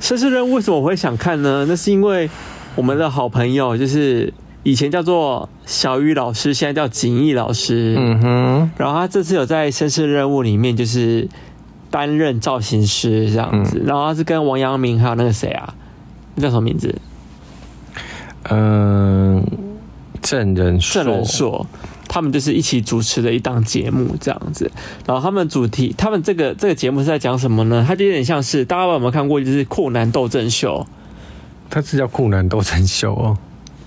Speaker 1: 绅士任务为什么我会想看呢？那是因为我们的好朋友就是以前叫做小雨老师，现在叫景逸老师。
Speaker 3: 嗯哼，
Speaker 1: 然后他这次有在《绅士任务》里面就是担任造型师这样子，然后他是跟王阳明还有那个谁啊，那叫什么名字？
Speaker 3: 嗯，郑人
Speaker 1: 郑仁硕，他们就是一起主持的一档节目这样子。然后他们主题，他们这个这个节目是在讲什么呢？它就有点像是大家有没有看过，就是酷男斗争秀。
Speaker 3: 他是叫酷男斗争秀哦。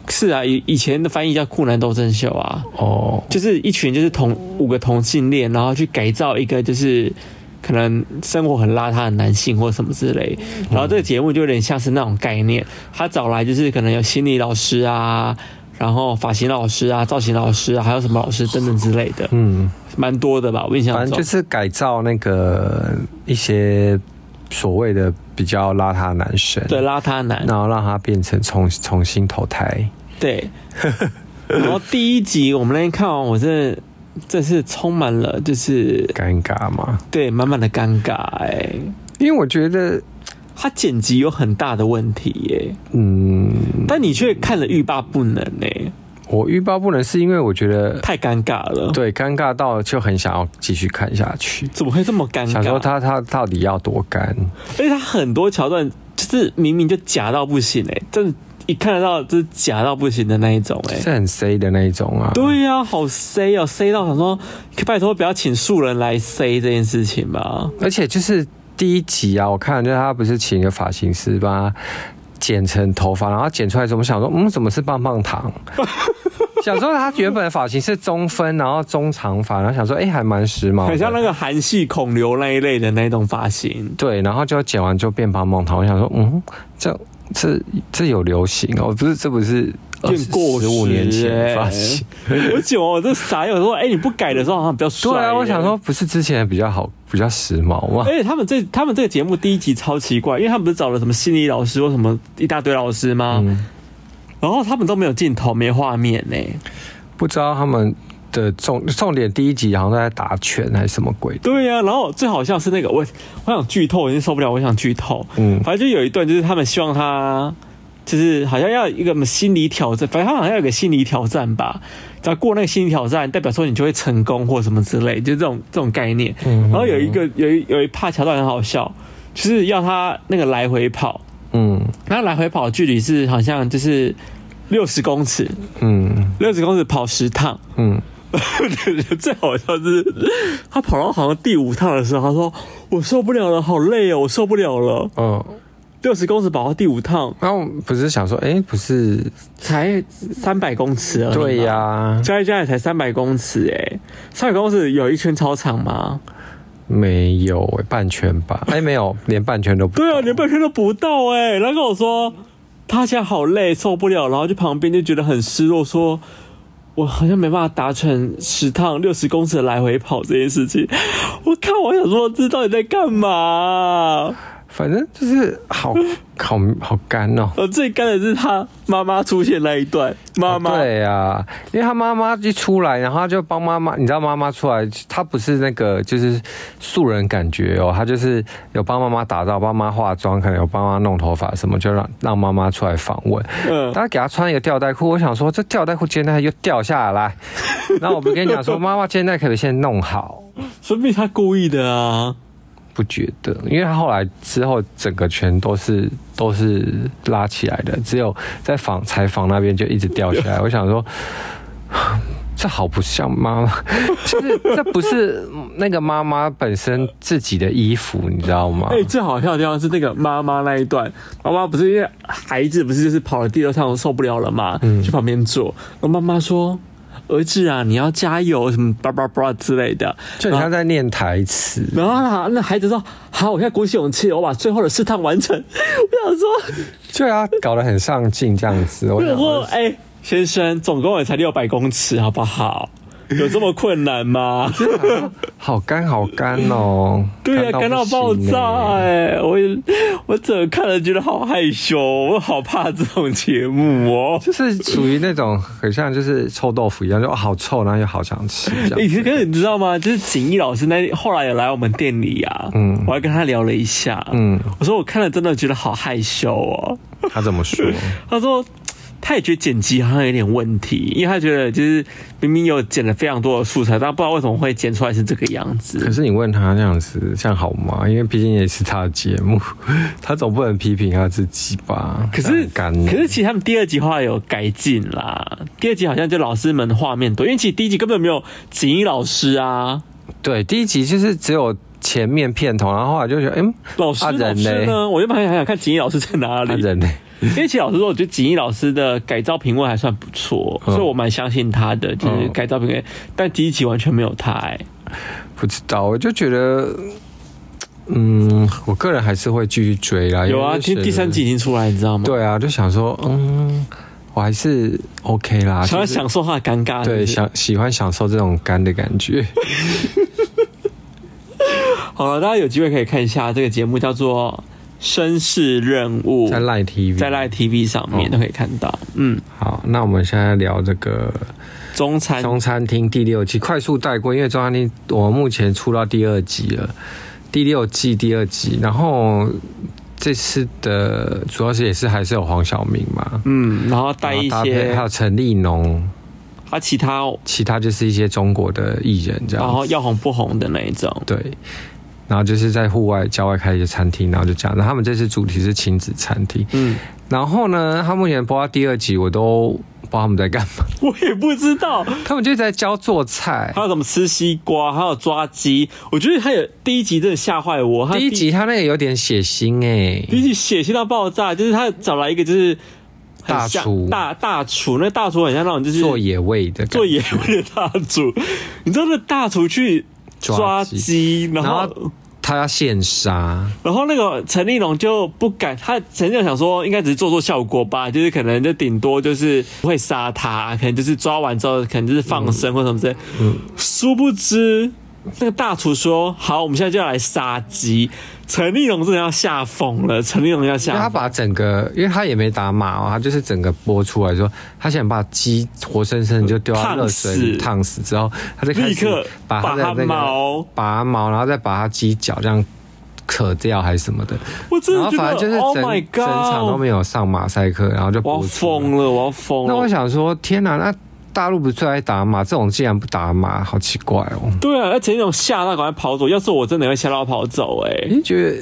Speaker 1: 是啊，以以前的翻译叫酷男斗争秀啊，
Speaker 3: 哦，
Speaker 1: 就是一群就是同五个同性恋，然后去改造一个就是可能生活很邋遢的男性或什么之类。然后这个节目就有点像是那种概念，他找来就是可能有心理老师啊，然后发型老师啊、造型老师啊，还有什么老师等等之类的，
Speaker 3: 嗯，
Speaker 1: 蛮多的吧？我印象
Speaker 3: 反
Speaker 1: 中
Speaker 3: 正就是改造那个一些所谓的比较邋遢的男生，
Speaker 1: 对，邋遢男，
Speaker 3: 然后让他变成重重新投胎。
Speaker 1: 对。然后第一集我们那天看完，我真的真是充满了就是
Speaker 3: 尴尬嘛，
Speaker 1: 对满满的尴尬哎、
Speaker 3: 因为我觉得，
Speaker 1: 他剪辑有很大的问题耶、
Speaker 3: 嗯，
Speaker 1: 但你却看了欲罢不能呢、
Speaker 3: 我欲罢不能，是因为我觉得
Speaker 1: 太尴尬了。，
Speaker 3: 对尴尬到就很想要继续看下去，
Speaker 1: 怎么会这么尴尬？
Speaker 3: 想说他他到底要多干？
Speaker 1: 而且他很多桥段就是明明就假到不行哎、真的，一看得到就是假到不行的那一种哎、
Speaker 3: 是很 C 的那一种啊。
Speaker 1: 对呀、好 C 哦，C 到想说，可以拜托不要请素人来 C 这件事情吧。
Speaker 3: 而且就是第一集啊，我看就是他不是请一个发型师帮他剪成头发，然后剪出来之后，我想说，嗯，怎么是棒棒 糖？想说他原本的发型是中分，然后中长发，然后想说，哎、还蛮时髦的，
Speaker 1: 很像那个韩系孔刘那一类的那种发型，
Speaker 3: 对，然后就剪完就变棒棒糖。我想说，嗯，这这这有流行哦，不是，这不是
Speaker 1: 有点过
Speaker 3: 十五
Speaker 1: 时
Speaker 3: 年前
Speaker 1: 欸
Speaker 3: 的发型。
Speaker 1: 我剪完我这傻眼，我说哎、你不改的时候好像比较帅、哎
Speaker 3: 对啊，我想说，，不是之前的比较好，比较时髦吗
Speaker 1: 而？且他们这他们这个节目第一集超奇怪，因为他们不是找了什么心理老师或什么一大堆老师吗？
Speaker 3: 嗯
Speaker 1: 然后他们都没有镜头，没画面呢、
Speaker 3: 不知道他们的重重点第一集好像都在打拳还是什么鬼的。
Speaker 1: 对呀、然后最好笑是那个我我想剧透，我已经受不了，我想剧透。
Speaker 3: 嗯
Speaker 1: 反正就有一段就是他们希望他就是好像要有一个什么心理挑战，反正他好像要有个心理挑战吧，只要过那个心理挑战，代表说你就会成功或什么之类，就这种这种概念。
Speaker 3: 嗯
Speaker 1: 然后有一个有一有一怕桥段很好笑，就是要他那个来回跑，
Speaker 3: 嗯
Speaker 1: 那来回跑距离是好像就是六十公尺，
Speaker 3: 嗯
Speaker 1: 六十公尺跑十趟。
Speaker 3: 嗯，
Speaker 1: 最好笑就是他跑到好像第五趟的时候，他说：“我受不了了，好累哦，我受不了了。
Speaker 3: 哦，”
Speaker 1: 六十公尺跑到第五趟
Speaker 3: 然后不是想说，哎、不是，
Speaker 1: 才三百公尺而已嘛
Speaker 3: 对呀、
Speaker 1: 加一加也才三百公尺哎、三百公尺有一圈操场吗？
Speaker 3: 没有、诶半圈吧？哎、没有，连半圈都不。
Speaker 1: 对啊，连半圈都不到哎、然后跟我说他现在好累，受不了，然后就旁边就觉得很失落，说我好像没办法达成十趟六十公尺的来回跑这件事情。我看我想说，这到底在干嘛啊？
Speaker 3: 反正就是好好好干哦。
Speaker 1: 我最干的是他妈妈出现那一段，妈啊妈、
Speaker 3: 对呀、因为他妈妈一出来，然后他就帮妈妈，你知道妈妈出来，她不是那个就是素人感觉哦，她就是有帮妈妈打造，帮妈妈化妆，可能有帮妈妈弄头发什么，就让让妈妈出来访问。
Speaker 1: 嗯
Speaker 3: 他给她穿一个吊带裤，我想说这吊带裤肩带又掉下来，然后我不跟你 讲说，妈妈肩带可不可以先弄好？
Speaker 1: 说不定他故意的啊。
Speaker 3: 不觉得，因为他后来之后整个全都是都是拉起来的，只有在访采访那边就一直掉下 来。我想说，这好不像妈妈，就是这不是那个妈妈本身自己的衣服，你知道吗
Speaker 1: 哎、？最好笑的地方是那个妈妈那一段，妈妈不是因为孩子不是就是跑了第六趟受不了了嘛，
Speaker 3: 嗯
Speaker 1: 去旁边坐，然后妈妈说：“儿子啊，你要加油，什么叭叭叭之类的。”
Speaker 3: 就很像在念台词。
Speaker 1: 然后那那孩子说：“好，我现在鼓起勇气，我把最后的试探完成。”我想说，
Speaker 3: 对啊，搞得很上进这 样啊子。我
Speaker 1: 我
Speaker 3: 想
Speaker 1: 想说，
Speaker 3: 说，
Speaker 1: 哎、先生，总共也才六百公尺，好不好？有这么困难 吗？
Speaker 3: 好干好干哦，
Speaker 1: 对呀、
Speaker 3: 不
Speaker 1: 干到爆
Speaker 3: 行
Speaker 1: 炸
Speaker 3: 欸
Speaker 1: 哎、我 也我整个看了觉得好害羞，我好怕这种节目哦。
Speaker 3: 就是属于那种很像就是臭豆腐一样，就哦好臭，然后又好想吃这
Speaker 1: 哎、
Speaker 3: 样。
Speaker 1: 可是你知道吗？就是景逸老师那后来有来我们店里啊，嗯，我还跟他聊了一下，嗯
Speaker 3: 嗯，
Speaker 1: 我说我看了真的觉得好害羞哦。
Speaker 3: 他怎么说？
Speaker 1: 他说。他也觉得剪辑好像有点问题，因为他觉得就是明明有剪了非常多的素材，但不知道为什么会剪出来是这个样
Speaker 3: 可
Speaker 1: 子。
Speaker 3: 是你问他这样子，这样好吗？因为毕竟也是他的节目， 他总不能批评他自己吧？
Speaker 1: 可是，
Speaker 3: 这样很干
Speaker 1: 可是其实他们第二集后来有改进啦。第二集好像就老师们画面多，因为其实第一集根本没有景逸老师啊，
Speaker 3: 对第一集就是只有前面片头，然后后来就觉得，嗯，
Speaker 1: 老师、
Speaker 3: 啊
Speaker 1: 老
Speaker 3: 人
Speaker 1: 师
Speaker 3: 嘞
Speaker 1: 呢？我原本还想看景逸老师在哪
Speaker 3: 他
Speaker 1: 里，
Speaker 3: 人呢？
Speaker 1: 因为其实老实说，我觉得景逸老师的改造评论还算不错，
Speaker 3: 嗯
Speaker 1: 所以我蛮相信他的，就是改造评论。但第一集完全没有他、欸，
Speaker 3: 不知道，我就觉得，嗯，我个人还是会继续追啦。
Speaker 1: 有啊，
Speaker 3: 因为
Speaker 1: 今天
Speaker 3: 就哎是
Speaker 1: 第三集已经出来，你知道吗？，
Speaker 3: 对啊，就想说，嗯，我还是 OK 啦，
Speaker 1: 想要
Speaker 3: 就是
Speaker 1: 享受他的尴尬，
Speaker 3: 对，
Speaker 1: 想
Speaker 3: 享喜欢享受这种干的感 觉。
Speaker 1: 好了，大家有机会可以看一下这个节目，叫做《绅士任务
Speaker 3: 在》，Line TV，
Speaker 1: 在 Line TV 上面
Speaker 3: 哦
Speaker 1: 都可以看到。嗯，
Speaker 3: 好，那我们现在聊这个
Speaker 1: 中餐
Speaker 3: 中餐厅第六季，快速带过，因为中餐厅我目前出到第二集了，第六季第二集，然后这次的主要是也是还是有黄晓明嘛，
Speaker 1: 嗯，然后带
Speaker 3: 然后
Speaker 1: 一
Speaker 3: 搭配
Speaker 1: 些
Speaker 3: 还有陈立农，
Speaker 1: 他其他，
Speaker 3: 其他就是一些中国的艺人这
Speaker 1: 然
Speaker 3: 样
Speaker 1: 后
Speaker 3: 子，
Speaker 1: 要红不红的那一种。
Speaker 3: 对。然后就是在户外、郊外开一些餐厅，然后就这样。然后他们这次主题是亲子餐厅，
Speaker 1: 嗯，
Speaker 3: 然后呢，他目前播到第二集，我都不知道他们在干嘛。
Speaker 1: 我也不知道，
Speaker 3: 他们就在教做菜
Speaker 1: 还。有什么吃西瓜，还有抓鸡。我觉得他有第一集真的吓坏我。他
Speaker 3: 第一集他那个有点血腥哎、
Speaker 1: 第一集血腥到爆炸，就是他找来一个就是很
Speaker 3: 大
Speaker 1: 像
Speaker 3: 厨
Speaker 1: 大大厨，那大厨很像那种就是
Speaker 3: 做野味的感觉
Speaker 1: 做野味的大厨。你知道那大厨去抓
Speaker 3: 抓
Speaker 1: 鸡，然
Speaker 3: 然
Speaker 1: 后
Speaker 3: 后他要现杀，
Speaker 1: 然后那个陈立农就不敢，他陈立农想说应该只是做做效果吧，就是可能就顶多就是不会杀他，啊可能就是抓完之后可能就是放
Speaker 3: 嗯
Speaker 1: 生或什么之类。殊不知那个大厨说好，我们现在就要来杀鸡。陈立农真的要吓疯了，陈立农要
Speaker 3: 因为
Speaker 1: 吓
Speaker 3: 他
Speaker 1: 疯。
Speaker 3: 把整个，因为他也没打码哦，他就是整个播出来说，他想把鸡活生生地就丢到热水里烫
Speaker 1: 烫
Speaker 3: 死之后，他就开
Speaker 1: 立
Speaker 3: 始
Speaker 1: 刻
Speaker 3: 把他的
Speaker 1: 把
Speaker 3: 那
Speaker 1: 它
Speaker 3: 个
Speaker 1: 毛
Speaker 3: 拔毛，然后再把他鸡脚这样扯掉还是什么的，
Speaker 1: 我真
Speaker 3: 然
Speaker 1: 的
Speaker 3: 后
Speaker 1: 觉
Speaker 3: 反正
Speaker 1: 得
Speaker 3: 就是
Speaker 1: o h
Speaker 3: 整、
Speaker 1: Oh my
Speaker 3: 整场都
Speaker 1: God！
Speaker 3: 没有上马赛克，然后就
Speaker 1: 我要
Speaker 3: 播出来
Speaker 1: 疯了，我要疯
Speaker 3: 那我
Speaker 1: 了。
Speaker 3: 想说，天哪，那大陆不是最爱打码，这种竟然不打码，好奇怪哦。
Speaker 1: 对啊，而且那种吓到赶快跑走，要是我真的会吓到跑走哎、
Speaker 3: 你觉得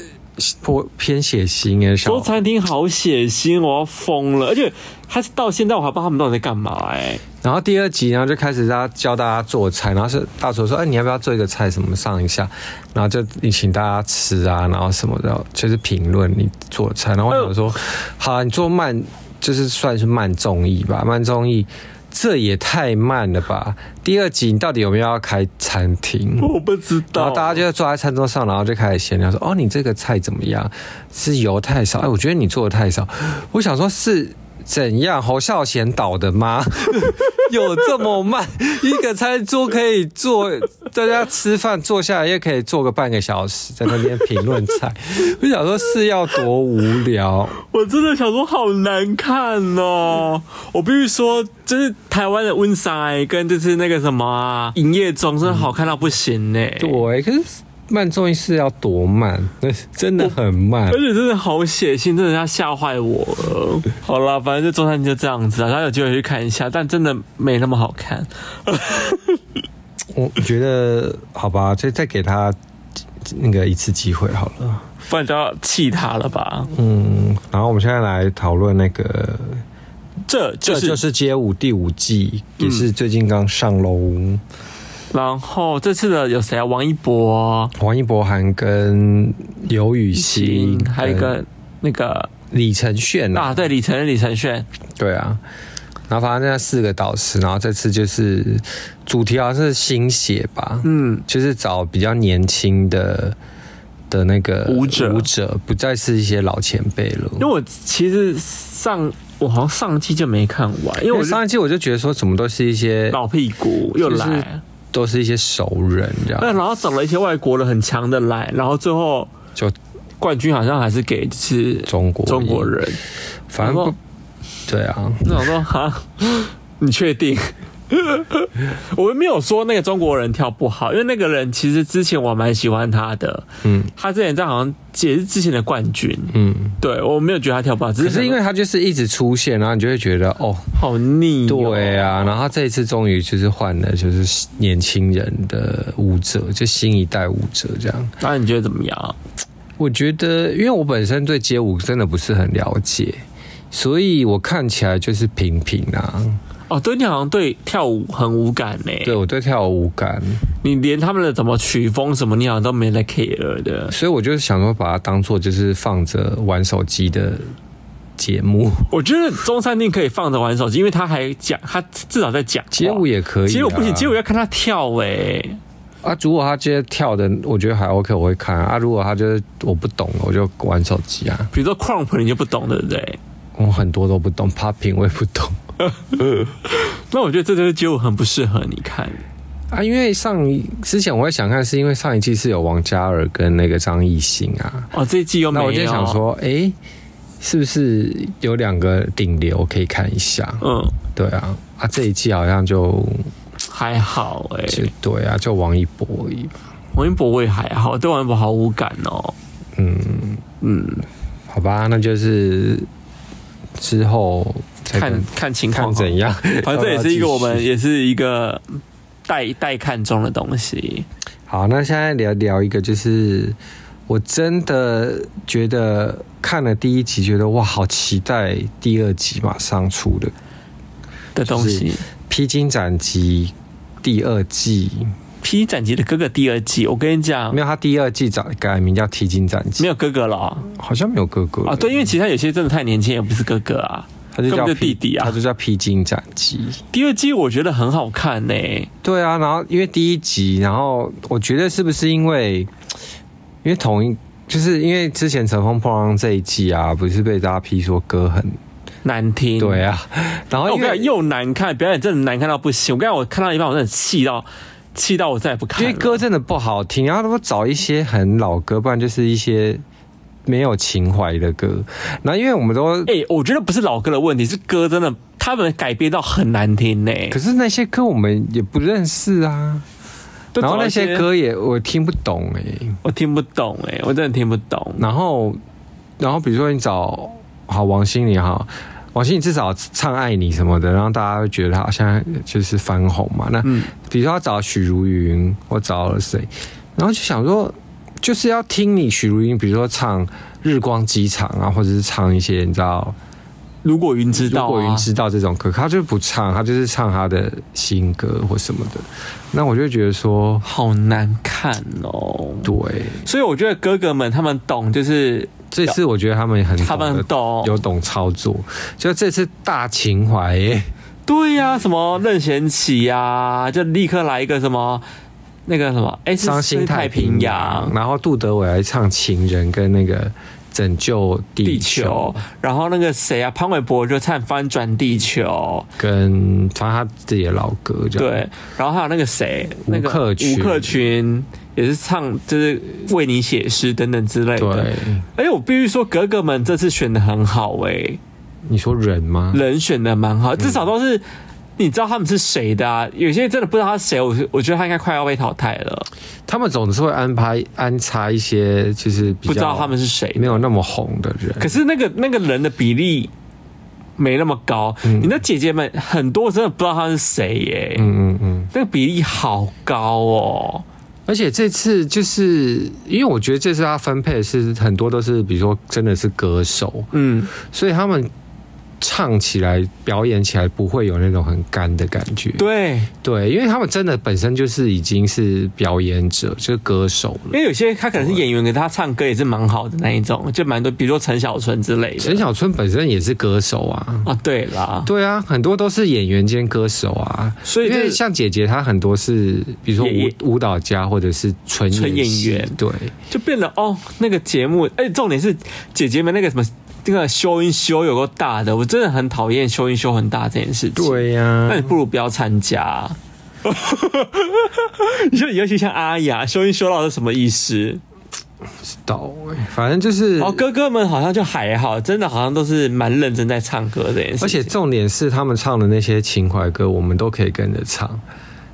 Speaker 3: 颇偏血腥哎，小
Speaker 1: 说餐厅好血腥，我要疯了！而且他是到现在我还不知道他们到底在干嘛哎、
Speaker 3: 然后第二集，然后就开始大家教大家做菜，然后是大厨说：“哎，你要不要做一个菜什么上一下？”然后就请大家吃啊，然后什么的，就是评论你做的菜。然后我想说，好、啊，你做慢就是算是慢综艺吧，慢综艺这也太慢了吧？第二集你到底有没有要开餐厅？
Speaker 1: 我不知
Speaker 3: 然
Speaker 1: 道，
Speaker 3: 后大家就在坐在餐桌上，然后就开始闲聊说：“哦，你这个菜怎么样？是油太少？哎，我觉得你做的太少。”我想说，是怎样？侯孝贤导的吗？ 有这么慢？一个餐桌可以坐，大家吃饭坐下来也可以坐个半个小时，在那边评论菜。 我想说，是要多无聊？
Speaker 1: 我真的想说好难看哦！我必须说，就是台湾的温莎欸跟就是那个什么啊，营业中真的好看到不行哎呢、
Speaker 3: 嗯对，可是慢综艺是要多慢？真的很慢
Speaker 1: 而。且真的好血腥，真的要吓坏我了。好啦，反正就中餐厅就这样子啊，大家有机会去看一下，但真的没那么好看。
Speaker 3: 我觉得好吧，就再给他那个一次机会好了。
Speaker 1: 不然就要气他了吧？
Speaker 3: 嗯，然后我们现在来讨论那个，
Speaker 1: 这就
Speaker 3: 这
Speaker 1: 是，
Speaker 3: 就是街舞第五季，也是最近刚上喽。
Speaker 1: 然后这次的有谁啊？王一博、
Speaker 3: 王一博涵跟刘雨昕，
Speaker 1: 嗯还有一个那个
Speaker 3: 李承铉啊，
Speaker 1: 啊，对，李晨、李承铉，
Speaker 3: 对啊。然后反正那四个导师，然后这次就是主题好像是新血吧，
Speaker 1: 嗯，
Speaker 3: 就是找比较年轻的的那个
Speaker 1: 舞者
Speaker 3: 舞者不再是一些老前辈了。
Speaker 1: 因为我其实上我好像上季就没看完，因
Speaker 3: 因
Speaker 1: 为
Speaker 3: 为
Speaker 1: 我是
Speaker 3: 上一季我就觉得说，怎么都是一些
Speaker 1: 老屁股又
Speaker 3: 就是啊
Speaker 1: 来，
Speaker 3: 都是一些熟人这
Speaker 1: 那
Speaker 3: 样，
Speaker 1: 然后找了一些外国的很强的来，然后最后
Speaker 3: 就
Speaker 1: 冠军好像还是给就是
Speaker 3: 中国
Speaker 1: 中国人，
Speaker 3: 反
Speaker 1: 然
Speaker 3: 正不
Speaker 1: 后，
Speaker 3: 对啊，
Speaker 1: 那我说哈，你确定？ 我们没有说那个中国人跳不好，因为那个人其实之前我蛮喜欢他的，
Speaker 3: 嗯
Speaker 1: 他之前在好像也是之前的冠军，
Speaker 3: 嗯。
Speaker 1: 对我没有觉得他跳不好，只
Speaker 3: 可
Speaker 1: 是
Speaker 3: 是因为他就是一直出现，然后你就会觉得哦，
Speaker 1: 好腻、哦，
Speaker 3: 对啊，然后他这一次终于就是换了，就是年轻人的舞者，就新一代舞者这样。
Speaker 1: 那啊你觉得怎么样？
Speaker 3: 我觉得，因为我本身对街舞真的不是很了解，所以我看起来就是平平啊。
Speaker 1: 哦，对你好像对跳舞很无感呢、
Speaker 3: 对我对跳舞无感，
Speaker 1: 你连他们的怎么曲风什么，你好像都没在 care 的。
Speaker 3: 所以我就想说把它当做就是放着玩手机的节目，
Speaker 1: 我觉得中餐厅可以放着玩手机，因为他还讲，他至少在讲话
Speaker 3: 街舞也可以、啊。
Speaker 1: 街舞不行，街舞要看他跳哎、
Speaker 3: 啊，如果他今天跳的，我觉得还 OK，我会看啊。啊如果他就是我不懂，我就玩手机啊。
Speaker 1: 比如说 crump 你就不懂，对不对？
Speaker 3: 我很多都不懂，popping 我也不懂
Speaker 1: 那我觉得这就是街舞很不适合你看。
Speaker 3: 啊。因为上一之前我会想看，是因为上一季是有王嘉尔跟那个张艺兴啊。
Speaker 1: 哦，这一季又没
Speaker 3: 那
Speaker 1: 有。
Speaker 3: 我就想，说，诶，是不是有两个顶流可以看一下？
Speaker 1: 嗯，
Speaker 3: 对啊，啊这一季好像就
Speaker 1: 还好哎、
Speaker 3: 就对啊，就王一博而已吧。
Speaker 1: 王一博我也还好，对王一博好无感哦。
Speaker 3: 嗯，
Speaker 1: 嗯，
Speaker 3: 好吧，那就是之后再
Speaker 1: 看
Speaker 3: 跟
Speaker 1: 看情况
Speaker 3: 看
Speaker 1: 好，
Speaker 3: 怎样。
Speaker 1: 反正这也是一个我
Speaker 3: 要不要继
Speaker 1: 们
Speaker 3: 续
Speaker 1: 也是一个待待看中的东西。
Speaker 3: 好，那现在聊聊一个，就是我真的觉得看了第一集，觉得哇，好期待第二集马上出的《
Speaker 1: 的东西。
Speaker 3: 披荆斩棘》第二季，
Speaker 1: 披荆斩棘的哥哥第二季，我跟你讲
Speaker 3: 没，有，它第二季改改名叫《披荆斩棘
Speaker 1: 没》，有哥哥了哦
Speaker 3: 好像没有哥哥
Speaker 1: 啊、对，因为其实他有些真的太年轻，也不是哥哥啊。
Speaker 3: 它就
Speaker 1: 根
Speaker 3: 叫
Speaker 1: 本就
Speaker 3: 披
Speaker 1: 弟弟啊
Speaker 3: 它就叫《披荆斩棘》。
Speaker 1: 第二季我觉得很好看欸呢、
Speaker 3: 对啊，然后因为第一集，然后我觉得是不是因为，因为同一，就是因为之前《乘风破浪》这一季啊，不是被大家批说歌很
Speaker 1: 难听。
Speaker 3: 对啊，然后
Speaker 1: 哦，我跟
Speaker 3: 因
Speaker 1: 你讲，
Speaker 3: 为
Speaker 1: 又难看，表演真的难看到不行。我跟你讲，我看到一半，我真的气到气到我再也不看
Speaker 3: 因
Speaker 1: 了。
Speaker 3: 为歌真的不好听，然后他们找一些很老歌，不然就是一些没有情怀的歌。然后因为我们都，
Speaker 1: 哎、我觉得不是老歌的问题，是歌真的他们改编到很难听呢、
Speaker 3: 可是那些歌我们也不认识啊，
Speaker 1: 都找
Speaker 3: 然后
Speaker 1: 了
Speaker 3: 那
Speaker 1: 一
Speaker 3: 些歌也我听不懂哎、
Speaker 1: 我听不懂哎、我真的听不懂。
Speaker 3: 然后，然后比如说你找好王心凌哈，王心凌至少唱《爱你》什么的，然后大家会觉得她现在就是翻红嘛。那、
Speaker 1: 嗯
Speaker 3: 比如说他找许茹芸，或找了谁，然后就想说，就是要听你许茹芸，比如说唱《日光机场》啊，或者是唱一些你知道
Speaker 1: 如果云知道、啊，
Speaker 3: 如果云知道这种歌，他就不唱，他就是唱他的新歌或什么的。那我就觉得说，
Speaker 1: 好难看哦。
Speaker 3: 对，
Speaker 1: 所以我觉得哥哥们他们懂，就是
Speaker 3: 这次我觉得他们很
Speaker 1: 他们
Speaker 3: 得
Speaker 1: 懂
Speaker 3: 有懂操作，就这次大情怀耶、
Speaker 1: 对呀、什么任贤齐呀、就立刻来一个什么那个什么，哎、是
Speaker 3: 伤心
Speaker 1: 是
Speaker 3: 太
Speaker 1: 太
Speaker 3: 平
Speaker 1: 平
Speaker 3: 洋
Speaker 1: 洋，。
Speaker 3: 然后杜德伟还唱《情人》跟那个拯救地
Speaker 1: 地
Speaker 3: 球
Speaker 1: 球，，然后那个谁啊，潘玮柏就唱翻转地球，
Speaker 3: 跟反正他自己的老歌这样。
Speaker 1: 对，然后还有那个谁，
Speaker 3: 吴
Speaker 1: 那个
Speaker 3: 克群
Speaker 1: 吴克群也是唱，就是为你写诗等等之类的
Speaker 3: 对。，
Speaker 1: 而且我必须说，格格们这次选的很好哎、
Speaker 3: 你说人吗？
Speaker 1: 人选的蛮
Speaker 3: 嗯
Speaker 1: 好，至少都是。你知道他们是谁的啊？有些真的不知道他是谁，我我觉得他应该快要被淘汰了，
Speaker 3: 他们总是会安排安插一些，就是比较
Speaker 1: 不知道他们是谁的
Speaker 3: 没有那么红的人。
Speaker 1: 可是那个那个人的比例没那么高，你的姐姐们很多真的不知道她是谁耶、
Speaker 3: 嗯嗯嗯，
Speaker 1: 那个比例好高哦。
Speaker 3: 而且这次就是因为我觉得这次他分配的是很多都是，比如说真的是歌手，
Speaker 1: 嗯，
Speaker 3: 所以他们唱起来、表演起来不会有那种很干的感觉。
Speaker 1: 对，
Speaker 3: 对，因为他们真的本身就是已经是表演者，就是歌手了。
Speaker 1: 因为有些他可能是演员，可是他唱歌也是蛮好的那一种，就蛮多，比如说陈小春之类的。
Speaker 3: 陈小春本身也是歌手啊。
Speaker 1: 啊，对啦，
Speaker 3: 对啊，很多都是演员兼歌手啊，
Speaker 1: 所以
Speaker 3: 因
Speaker 1: 就
Speaker 3: 为
Speaker 1: 是
Speaker 3: 像姐姐她很多是，比如说
Speaker 1: 也也
Speaker 3: 舞舞蹈家或者是纯
Speaker 1: 纯演
Speaker 3: 戏
Speaker 1: 员
Speaker 3: 对，
Speaker 1: 就变得哦，那个节目，哎、重点是姐姐们那个什么，那个修音修有够大的，我真的很讨厌修音修很大这件事情。
Speaker 3: 对呀、
Speaker 1: 那你不如不要参 加。你说，尤其像阿雅，修音修到是什么意思？
Speaker 3: 到欸反正就是，
Speaker 1: 哦，哥哥们好像就还好，真的好像都是蛮认真在唱歌这件事情。
Speaker 3: 而且重点是他们唱的那些情怀歌，我们都可以跟着唱，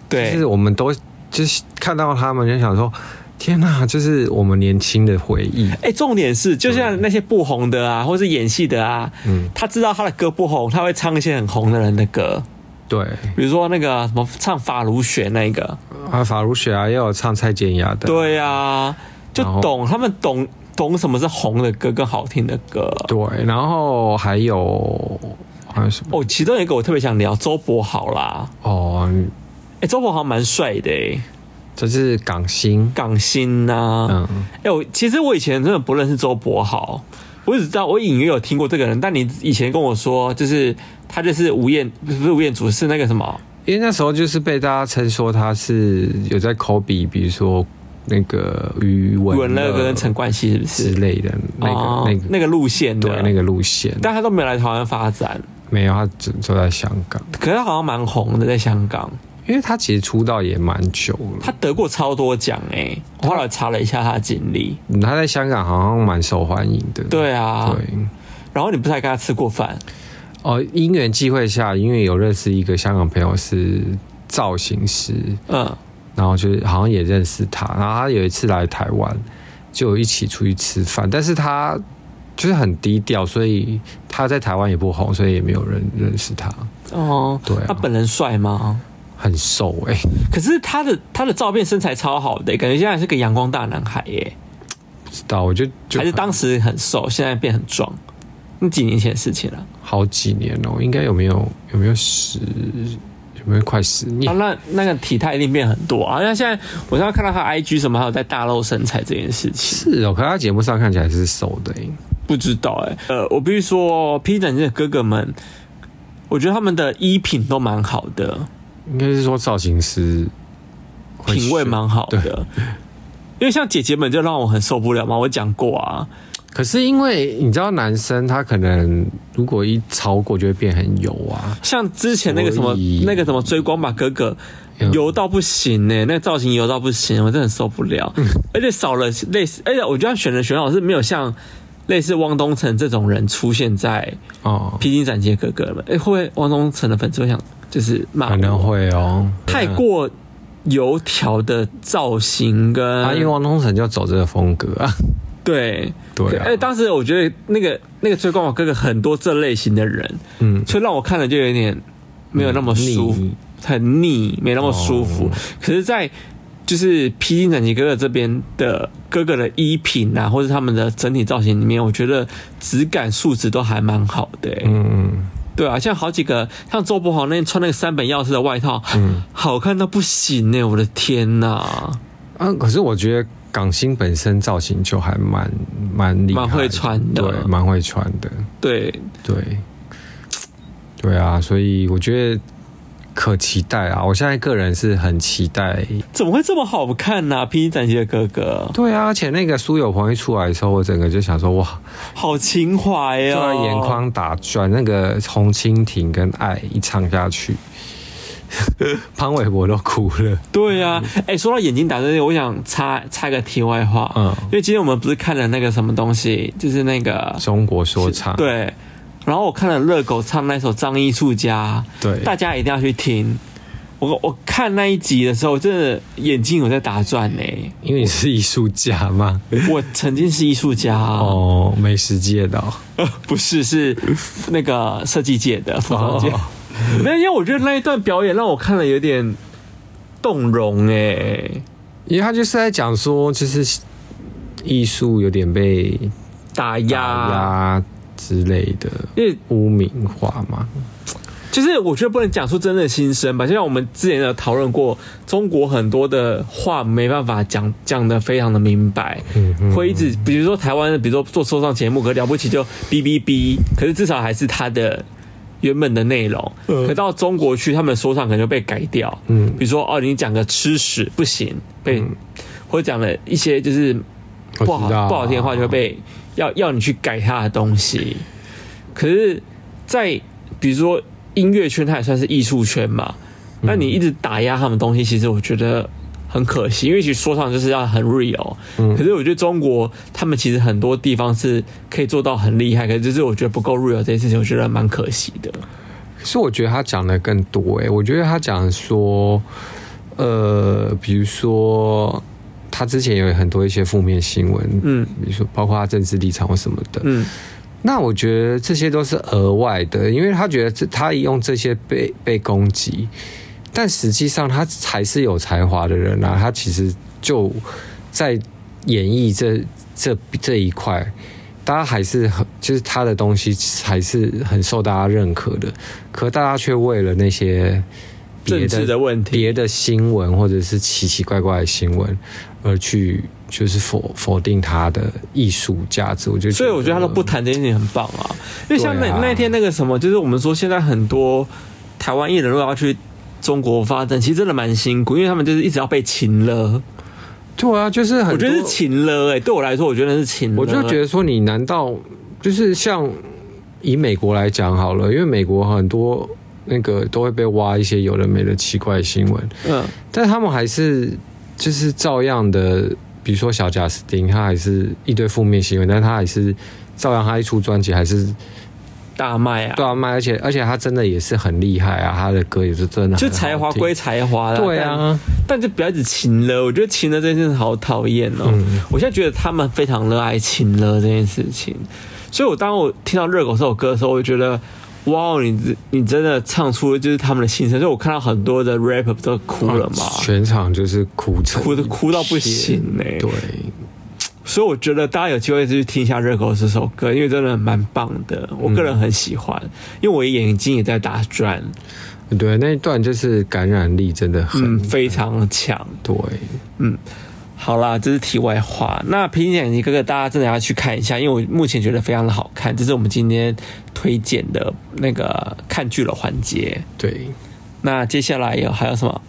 Speaker 3: 就是
Speaker 1: 对
Speaker 3: 我们都就是看到他们就想说，天哪、就是我们年轻的回忆。
Speaker 1: 哎、重点是，就像那些不红的
Speaker 3: 嗯
Speaker 1: 啊，或是演戏的啊，他知道他的歌不红，他会唱一些很红的人的歌，
Speaker 3: 对，
Speaker 1: 比如说那个什么唱《法如雪》那个，
Speaker 3: 啊，法如雪啊，也有唱蔡健雅的，
Speaker 1: 对啊，就
Speaker 3: 然后
Speaker 1: 懂他们懂懂什么是红的歌跟好听的歌。
Speaker 3: 对，然后还有还有什么？
Speaker 1: 哦，其中有一个我特别想聊周柏豪啦，
Speaker 3: 哦，
Speaker 1: 哎、周柏豪蛮帅的、欸，
Speaker 3: 这是港星，
Speaker 1: 港星呐、
Speaker 3: 嗯，
Speaker 1: 哎、我其实我以前真的不认识周柏豪，我只知道我隐约有听过这个人，但你以前跟我说，就是他就是吴彦，不是吴彦祖，是那个什么
Speaker 3: 因为那时候就是被大家称说他是有在 copy，比如说那个余
Speaker 1: 余
Speaker 3: 文
Speaker 1: 文乐跟陈冠希，是不
Speaker 3: 之
Speaker 1: 是？
Speaker 3: 类的那个、
Speaker 1: 哦
Speaker 3: 那个
Speaker 1: 那个路线的，
Speaker 3: 对那个路线，
Speaker 1: 但他都没有来台湾发展，
Speaker 3: 没有他只就在香港，
Speaker 1: 可是他好像蛮红的，在香港，
Speaker 3: 因为他其实出道也蛮久了，
Speaker 1: 他得过超多奖哎、我后来查了一下他的经历，
Speaker 3: 嗯他在香港好像蛮受欢迎的。
Speaker 1: 对啊，
Speaker 3: 对，
Speaker 1: 然后你不是还跟他吃过饭？
Speaker 3: 哦，因缘际会下，因为有认识一个香港朋友是造型师，
Speaker 1: 嗯，
Speaker 3: 然后就是好像也认识他，然后他有一次来台湾，就一起出去吃饭，但是他就是很低调，所以他在台湾也不红，所以也没有人认识他。
Speaker 1: 哦，
Speaker 3: 对啊
Speaker 1: 他本人帅吗？
Speaker 3: 很瘦哎、
Speaker 1: 可是他的他的照片身材超好的、欸感觉现在是个阳光大男孩耶、
Speaker 3: 不知道我就就
Speaker 1: 还是当时很瘦，现在变很壮。那几年前的事情啊了、
Speaker 3: 好几年哦、应该有没有有没有十有没有快十
Speaker 1: 啊，
Speaker 3: 年？
Speaker 1: 那那个体态一定变很多啊！像现在我刚刚看到他 IG 什么，还有在大露身材这件事情，
Speaker 3: 是哦、可他节目上看起来是瘦的、欸，
Speaker 1: 不知道哎、呃，我必须说，P 展的哥哥们，我觉得他们的衣品都蛮好的，
Speaker 3: 应该是说造型师会
Speaker 1: 品味
Speaker 3: 选
Speaker 1: 蛮好的。因为像姐姐们就让我很受不了嘛，我讲过啊，
Speaker 3: 可是因为你知道，男生他可能如果一超过就会变很油啊，
Speaker 1: 像之前那个什么
Speaker 3: 所以
Speaker 1: 那个什么追光吧哥哥
Speaker 3: 嗯，
Speaker 1: 油到不行呢、欸那个造型油到不行，我真的很受不了。
Speaker 3: 嗯
Speaker 1: 而且少了类似，而且我觉得他选人选好是没有像类似汪东城这种人出现在
Speaker 3: 哦，
Speaker 1: 披荆斩棘的哥哥们。哎、会不会汪东城的粉丝会想就是骂我？
Speaker 3: 可能会哦，
Speaker 1: 太过油条的造型跟、
Speaker 3: 啊，因为王东城就走这个风格啊，
Speaker 1: 对
Speaker 3: 对 啊
Speaker 1: 哎、当时我觉得那个那个追光吧哥哥很多这类型的人，
Speaker 3: 嗯，
Speaker 1: 所以让我看了就有点没有那么舒服。
Speaker 3: 腻
Speaker 1: 很腻，没那么舒服。
Speaker 3: 哦
Speaker 1: 可是，在就是披荆斩棘哥哥这边的哥哥的衣品啊，或者他们的整体造型里面，我觉得质感素质都还蛮好的、欸。
Speaker 3: 嗯，
Speaker 1: 对啊，像好几个像周柏豪那天穿那个三本钥匙的外套，
Speaker 3: 嗯
Speaker 1: 好看到不行呢、我的天呐、
Speaker 3: 啊，可是我觉得港星本身造型就还蛮蛮厉害的，
Speaker 1: 蛮会穿的
Speaker 3: 对，蛮会穿的，
Speaker 1: 对，
Speaker 3: 对，对啊，所以我觉得可期待啊！我现在个人是很期待。
Speaker 1: 怎么会这么好看呢、披荆斩棘的哥哥，
Speaker 3: 对啊，而且那个苏有朋一出来的时候，我整个就想说哇，
Speaker 1: 好情怀
Speaker 3: 就
Speaker 1: 哦，
Speaker 3: 要眼眶打转。那个《红蜻蜓》跟《爱》一唱下 去，潘玮柏都哭了。
Speaker 1: 对啊，哎、说到眼睛打这些，我想插插个题外话，
Speaker 3: 嗯
Speaker 1: 因为今天我们不是看了那个什么东西，就是那个
Speaker 3: 中国说唱，
Speaker 1: 对，然后我看了热狗唱那首《张艺术家》，
Speaker 3: 对
Speaker 1: 大家一定要去听。我我看那一集的时候，真的眼睛有在打转 呢、
Speaker 3: 因为你是艺术家 嘛。
Speaker 1: 我曾经是艺术家哦，
Speaker 3: 哦，美食界的哦、
Speaker 1: 不是是那个设计界的服装界
Speaker 3: 哦。
Speaker 1: 没有，因为我觉得那一段表演让我看了有点动容哎、
Speaker 3: 因为他就是在讲说，就是艺术有点被
Speaker 1: 打
Speaker 3: 打
Speaker 1: 压，
Speaker 3: 压之类的
Speaker 1: 因为
Speaker 3: 污名化嘛。
Speaker 1: 就是我觉得不能讲出真正的心声吧，就像我们之前有讨论过，中国很多的话没办法讲讲的非常的明白，
Speaker 3: 嗯
Speaker 1: 会一直比如说台湾，比如说做说唱节目，可了不起就哔哔哔，可是至少还是它的原本的内容。可到中国去，他们的说唱可能就被改掉，嗯，比如说哦，你讲个吃屎不行，被、或者讲了一些就是
Speaker 3: 我
Speaker 1: 不好
Speaker 3: 知道啊
Speaker 1: 不好听的话，就会被要要你去改它的东西。可是，在比如说音乐圈，它也算是艺术圈嘛。
Speaker 3: 嗯
Speaker 1: 那你一直打压他们东西，其实我觉得很可惜，因为其实说唱就是要很 real。可
Speaker 3: 嗯
Speaker 1: 是我觉得中国他们其实很多地方是可以做到很厉害，可是就是我觉得不够 real 这件事情，我觉得蛮可惜的。
Speaker 3: 可是我觉得他讲的更多诶、我觉得他讲说，呃，比如说他之前有很多一些负面新闻，
Speaker 1: 嗯
Speaker 3: 比如说包括他政治立场或什么的，
Speaker 1: 嗯，
Speaker 3: 那我觉得这些都是额外的，因为他觉得这他用这些被被攻击，但实际上他才是有才华的人啊，他其实就在演绎这这这一块。大家还是很，就是他的东西还是很受大家认可的，可大家却为了那些别
Speaker 1: 政治的问题，
Speaker 3: 别的新闻或者是奇奇怪怪的新闻而去就是否否定他的艺术价值，我就
Speaker 1: 所以我觉得他都不谈这件事情很棒啊。因为像那、
Speaker 3: 对啊
Speaker 1: 那天那个什么，就是我们说现在很多台湾艺人如果要去中国发展，其实真的蛮辛苦，因为他们就是一直要被擒了。
Speaker 3: 对啊，就是很多
Speaker 1: 我觉得是擒了哎、欸，对我来说，我觉得是擒了。
Speaker 3: 我就觉得说，你难道就是像以美国来讲好了，因为美国很多那个都会被挖一些有的没的奇怪新闻，
Speaker 1: 嗯，
Speaker 3: 但他们还是就是照样的，比如说小贾斯汀，他还是一堆负面新闻，但他还是照样他一出专辑还是
Speaker 1: 大卖啊，
Speaker 3: 对啊卖，而且而且他真的也是很厉害啊，他的歌也是真的很好
Speaker 1: 就
Speaker 3: 听，
Speaker 1: 才华归才华啦，
Speaker 3: 对啊，
Speaker 1: 但，但就不要一直擒了。我觉得擒了这件事好讨厌哦。
Speaker 3: 嗯
Speaker 1: 我现在觉得他们非常热爱擒了这件事情，所以我当我听到热狗这首歌的时候，我就觉得。哇，你你真的唱出就是他们的心声，所以我看到很多的 rapper 不都哭了嘛，
Speaker 3: 全场就是哭成
Speaker 1: 哭得哭到不
Speaker 3: 一片
Speaker 1: 行欸
Speaker 3: 对。
Speaker 1: 所以我觉得大家有机会就去听一下《热狗》这首歌，因为真的蛮棒的，我个人很喜欢，因为我眼睛也在打转，
Speaker 3: 对，那一段就是感染力真的很、
Speaker 1: 嗯，非常强。
Speaker 3: 对，
Speaker 1: 好啦，这是题外话。那《平行你哥哥》大家真的要去看一下，因为我目前觉得非常的好看，这是我们今天推荐的那个看剧的环节。
Speaker 3: 对，
Speaker 1: 那接下来有还有什么？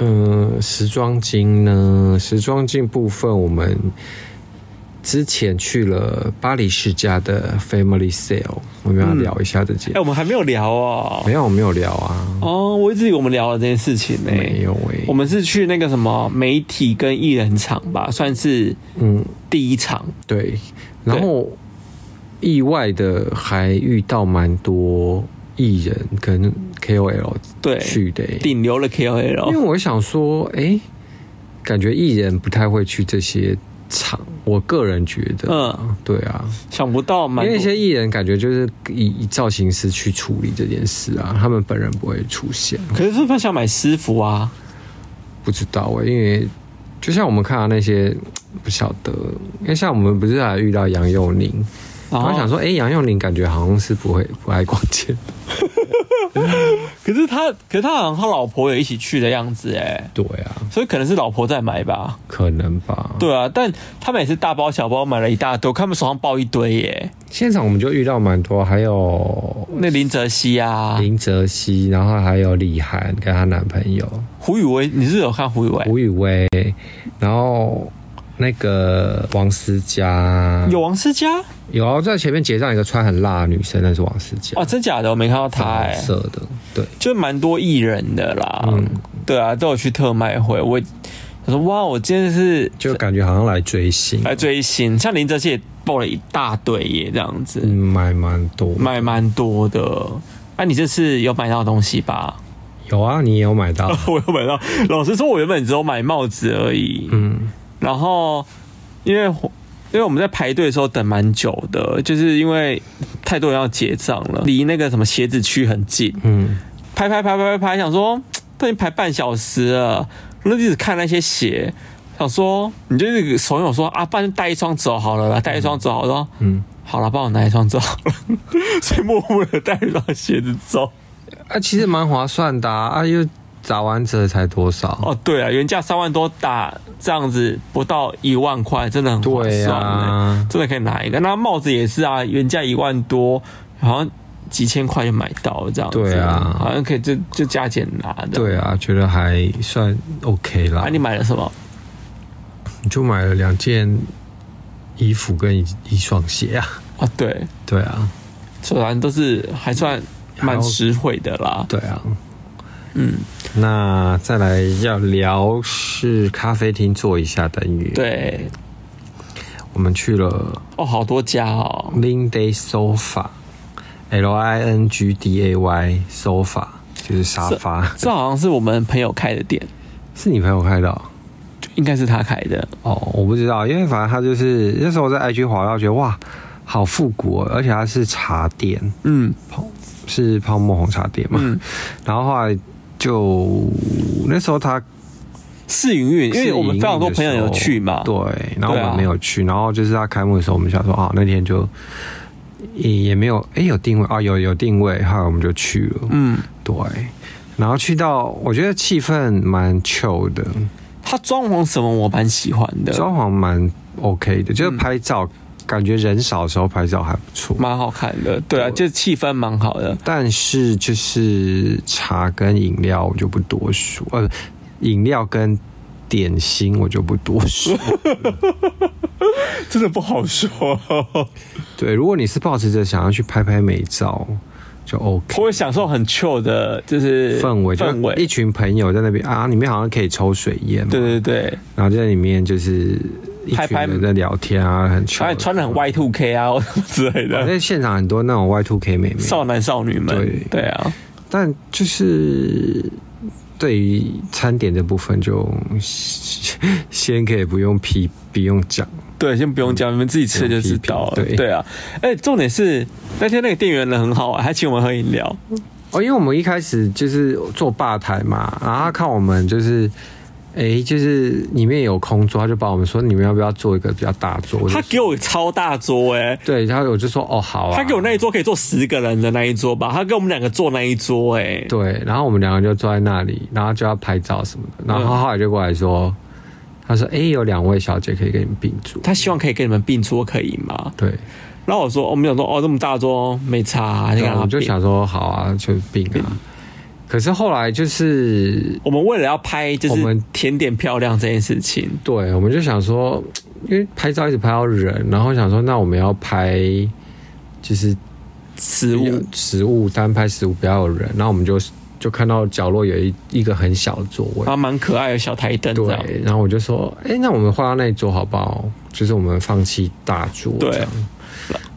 Speaker 3: 嗯，时装镜呢？时装镜部分，我们之前去了巴黎世家的 Family Sale，我们要聊一下这件。
Speaker 1: 哎、我们还没有聊哦
Speaker 3: 没。有，我没有聊啊，
Speaker 1: 哦，我一直以为我们聊了这件事情呢、
Speaker 3: 没有哎、
Speaker 1: 我们是去那个什么媒体跟艺人场吧，算是
Speaker 3: 嗯，
Speaker 1: 第一场。
Speaker 3: 对，然后意外的还遇到蛮多艺人跟 KOL
Speaker 1: 对
Speaker 3: 去的、欸，
Speaker 1: 顶流的 KOL，
Speaker 3: 因为我想说，哎、感觉艺人不太会去这些场，我个人觉得，
Speaker 1: 嗯
Speaker 3: 嗯，对啊，
Speaker 1: 想不到
Speaker 3: 因
Speaker 1: 蛮
Speaker 3: 为一
Speaker 1: 多
Speaker 3: 些艺人感觉就是以以造型师去处理这件事啊，他们本人不会出现。
Speaker 1: 可是他想买私服啊，
Speaker 3: 不知道哎、因为就像我们看到啊那些不晓得，因为像我们不是还遇到杨佑宁，
Speaker 1: 然
Speaker 3: 然后想说，哎、杨佑宁感觉好像是不会不爱逛街，
Speaker 1: 可是他，可是他好像他老婆有一起去的样子哎，
Speaker 3: 对啊，
Speaker 1: 所以可能是老婆在买吧。
Speaker 3: 可能吧。，
Speaker 1: 对啊，但他每次大包小包买了一大堆，我看他们手上抱一堆耶。
Speaker 3: 现场我们就遇到蛮多，还有
Speaker 1: 那林哲熙啊，
Speaker 3: 林哲熙，然后还有李涵跟她男朋友
Speaker 1: 胡宇威，你是有看胡宇威？
Speaker 3: 吴雨薇，然后那个王思佳，
Speaker 1: 有王思佳
Speaker 3: 有啊，在前面结账一个穿很辣的女生，那是王思佳
Speaker 1: 哦，，真假的我没看到他
Speaker 3: 粉
Speaker 1: 哎
Speaker 3: 红，色的，对，
Speaker 1: 就蛮多艺人的啦。对啊，都有去特卖会。我我说哇，我真的是哎
Speaker 3: 就感觉好像来追星，
Speaker 1: 来追星，像林哲熙也抱了一大堆耶，这样子、
Speaker 3: 嗯，买蛮多，
Speaker 1: 买蛮多的。那、你这次有买到东西吧？
Speaker 3: 有啊，你也有买到，
Speaker 1: 我有买到。老实说，我原本只有买帽子而已。
Speaker 3: 嗯，
Speaker 1: 然后因为因为我们在排队的时候等蛮久的，就是因为太多人要结账了，离那个什么鞋子区很近。
Speaker 3: 嗯，
Speaker 1: 排排排排排排，想说嗯都已经排半小时了，我就一直看那些鞋，想说你就是怂恿说啊，不然就带一双走好了啦，带一双走好了，说嗯，好了，帮我拿一双走 好了，所以默默的带一双鞋子走。
Speaker 3: 啊，其实蛮划算的啊，啊又打完折才多少？
Speaker 1: 哦，对啊，原价三万多打这样子不到一万块，真的很划
Speaker 3: 对
Speaker 1: 算、
Speaker 3: 啊
Speaker 1: 欸，真的可以拿一个。那帽子也是啊，原价一万多，好像几千块就买到了这样子，
Speaker 3: 对啊
Speaker 1: 好像可以就就加减拿的。
Speaker 3: 对啊，觉得还算 OK 啦。
Speaker 1: 啊，你买了什么？
Speaker 3: 你就买了两件衣服跟一一双鞋啊？
Speaker 1: 啊，对，
Speaker 3: 对啊，
Speaker 1: 虽然都是还算蛮实惠的啦。
Speaker 3: 对啊，嗯。那再来要聊是咖啡厅做一下等于，，
Speaker 1: 对，
Speaker 3: 我们去了
Speaker 1: 哦，好多家哦，
Speaker 3: Linday Sofa。L I N G D A Y sofa 就是沙发，
Speaker 1: 这好像是我们朋友开的店，
Speaker 3: 是你朋友开的哦、
Speaker 1: 应该是他开的。
Speaker 3: 哦，我不知道，因为反正他就是那时候我在 IG 滑到，觉得哇，好复古、哦，而且它是茶店，
Speaker 1: 嗯，
Speaker 3: 是泡沫红茶店嘛。
Speaker 1: 嗯
Speaker 3: 然后后来就那时候他
Speaker 1: 试营运，因为我们非常多朋友有去嘛。
Speaker 3: 对，然后我
Speaker 1: 对啊
Speaker 3: 们没有去，然后就是他开幕的时候，我们想说啊，那天就也也没有，哎、有定位啊，有有定位，后来我们就去了，
Speaker 1: 嗯，
Speaker 3: 对。然后去到，我觉得气氛蛮 chill 的，
Speaker 1: 嗯他装潢什么我蛮喜欢的，
Speaker 3: 装潢蛮 OK
Speaker 1: 嗯
Speaker 3: 的，就是拍照，感觉人少的时候拍照还不错。
Speaker 1: 蛮好看的。对啊，就气氛蛮好的。
Speaker 3: 但是就是茶跟饮料我就不多说，呃，饮料跟点心我就不多 说。
Speaker 1: 真的不好说，
Speaker 3: 对，如果你是抱持着想要去拍拍美照，就 OK。
Speaker 1: 我会享受很 chill 的，就是
Speaker 3: 氛围就
Speaker 1: 氛
Speaker 3: 一
Speaker 1: 围。
Speaker 3: 群朋友在那边啊，里面好像可以抽水烟嘛，
Speaker 1: 对对对，
Speaker 3: 然后就在里面就是一
Speaker 1: 拍
Speaker 3: 群
Speaker 1: 拍
Speaker 3: 人在聊天啊，很 chill
Speaker 1: 而且哎穿的很 Y two K 啊 之类
Speaker 3: 我
Speaker 1: 的，
Speaker 3: 在现场很多那种 Y two K 妹妹，
Speaker 1: 少男少女们。
Speaker 3: 哎对
Speaker 1: 对啊，
Speaker 3: 但就是对于餐点这部分就先可以不用批，不用讲。
Speaker 1: 对，先不用讲，你们自己吃就知道了
Speaker 3: 嗯不用批。评对
Speaker 1: 对啊，哎、重点是那天那个店员人很好玩，还请我们喝饮料。
Speaker 3: 哦，因为我们一开始就是做吧台嘛，然后他看我们就是，诶，就是里面有空桌，他就把我们说你们要不要做一个比较大桌？我就
Speaker 1: 他给我超大桌哎、
Speaker 3: 对，然后我就说哦好啊，
Speaker 1: 他给我那一桌可以坐十个人的那一桌吧，他给我们两个坐那一桌哎、
Speaker 3: 对，然后我们两个就坐在那里，然后就要拍照什么
Speaker 1: 嗯
Speaker 3: 的，然后他后来就过来说，他说诶，有两位小姐可以跟你们并桌，
Speaker 1: 他希望可以跟你们并桌，可以吗？
Speaker 3: 对，
Speaker 1: 然后我说，我们想说，哦，这么大桌没差、啊，你
Speaker 3: 然
Speaker 1: 看
Speaker 3: 后我
Speaker 1: 他
Speaker 3: 就
Speaker 1: 并。
Speaker 3: 想说好啊，就并啊，可是后来就是
Speaker 1: 我们为了要拍就
Speaker 3: 我
Speaker 1: 是
Speaker 3: 们
Speaker 1: 甜点漂亮这件事情，
Speaker 3: 对，我们就想说，因为拍照一直拍到人，然后想说，那我们要拍就是
Speaker 1: 食物
Speaker 3: 食物单拍食物不要有人，然后我们就就看到角落有一一个很小的座位，
Speaker 1: 啊蛮可爱的小台灯这样。
Speaker 3: 对，然后我就说，哎、那我们换到那一桌好不好？就是我们放弃大桌，
Speaker 1: 对
Speaker 3: 这样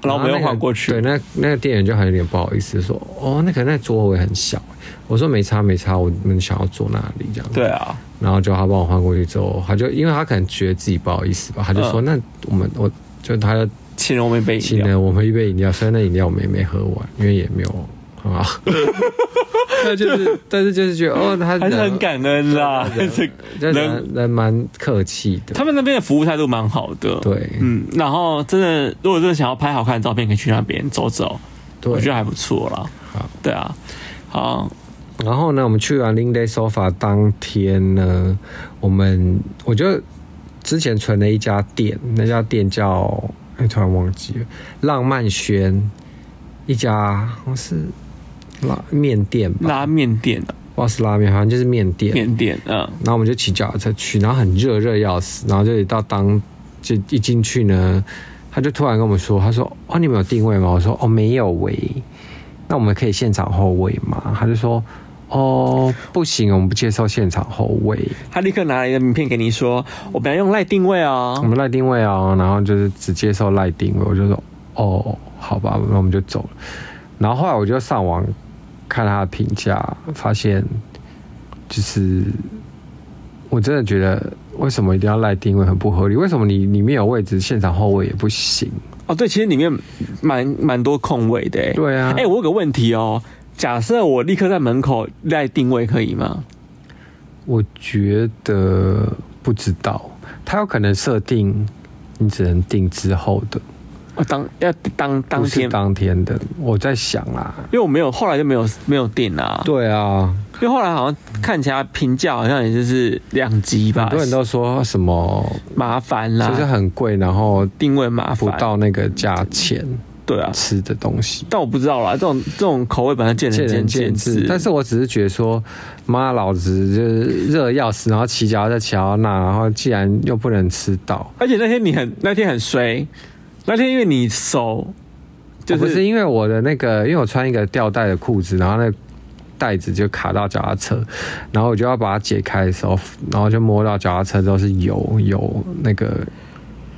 Speaker 1: 然后我们又
Speaker 3: 那个
Speaker 1: 晃过去，
Speaker 3: 对，那那个店员就还有点不好意思说，哦，那可能那座位很小，我说没差没差，我们想要坐哪里这样，
Speaker 1: 对啊，
Speaker 3: 然后就他帮我换过去之后，他就因为他可能觉得自己不好意思吧，他就说、那我们我就他就
Speaker 1: 请了我们一杯饮
Speaker 3: 请
Speaker 1: 料。
Speaker 3: 了我们一杯饮料，虽然那饮料我们也没喝完，因为也没有很好喝。那就是，但是就是觉得哦，他
Speaker 1: 还是
Speaker 3: 人
Speaker 1: 很感恩啦。
Speaker 3: 人
Speaker 1: 这人
Speaker 3: 人人人蛮客气 的，
Speaker 1: 他们那边的服务态度蛮好的，
Speaker 3: 对
Speaker 1: 嗯，然后真的，如果真的想要拍好看的照片，可以去那边走走，
Speaker 3: 对
Speaker 1: 我觉得还不错啦。
Speaker 3: 好
Speaker 1: 对啊，好，
Speaker 3: 然后呢，我们去完 Lin Day Sofa 当天呢，我们我就之前存了一家店，那家店叫哎、突然忘记了，浪漫轩一家好像是拉面店吧，
Speaker 1: 拉面店的
Speaker 3: 不知道是拉面，好像就是面店。
Speaker 1: 面店，嗯，
Speaker 3: 然后我们就骑脚踏车去，然后很热热要死，然后就到当就一进去呢，他就突然跟我们说，他说：“哦，你们有定位吗？”我说：“哦，没有喂。”那我们可以现场后位吗？他就说：“哦，不行，我们不接受现场后位，
Speaker 1: 他立刻拿了一个名片给你说，我们要用赖定位
Speaker 3: 我
Speaker 1: 哦。
Speaker 3: 们赖定位哦。”然后就是只接受赖定位，我就说：“哦，好吧，那我们就走了。”然后后来我就上网看他的评价，发现就是我真的觉得为什么一定要赖定位很不合理？为什么你里面有位置，现场后位也不行？
Speaker 1: 哦，对，其实里面蛮蛮多空位的、欸，
Speaker 3: 对啊
Speaker 1: 哎、我有个问题哦，假设我立刻在门口赖定位可以吗？
Speaker 3: 我觉得不知道，他有可能设定你只能定之后的，
Speaker 1: 我当要当当
Speaker 3: 不是
Speaker 1: 天，
Speaker 3: 哦当天的。我在想啊啦，
Speaker 1: 因为我没有后来就没有没有定啊。
Speaker 3: 对啊，
Speaker 1: 因为后来好像看起来评价好像也就是两级吧，
Speaker 3: 很多人都说什么
Speaker 1: 麻烦啦，
Speaker 3: 就是很贵，然后
Speaker 1: 定位麻
Speaker 3: 不
Speaker 1: 烦，
Speaker 3: 到那个价钱
Speaker 1: 对啊。
Speaker 3: 吃的东西。
Speaker 1: 但我不知道啦，这种这种口味本来见
Speaker 3: 见
Speaker 1: 仁
Speaker 3: 仁
Speaker 1: 见
Speaker 3: 见智，但是我只是觉得说，妈，老子就是热得要死，然后骑脚在骑到那，然后既然又不能吃到，
Speaker 1: 而且那天你很那天很衰，那天因为你手就
Speaker 3: 就是、
Speaker 1: 是
Speaker 3: 哦不是因为我的那个，因为我穿一个吊带的裤子，然后那个带子就卡到脚踏车，然后我就要把它解开的时候，然后就摸到脚踏车之后是油油那个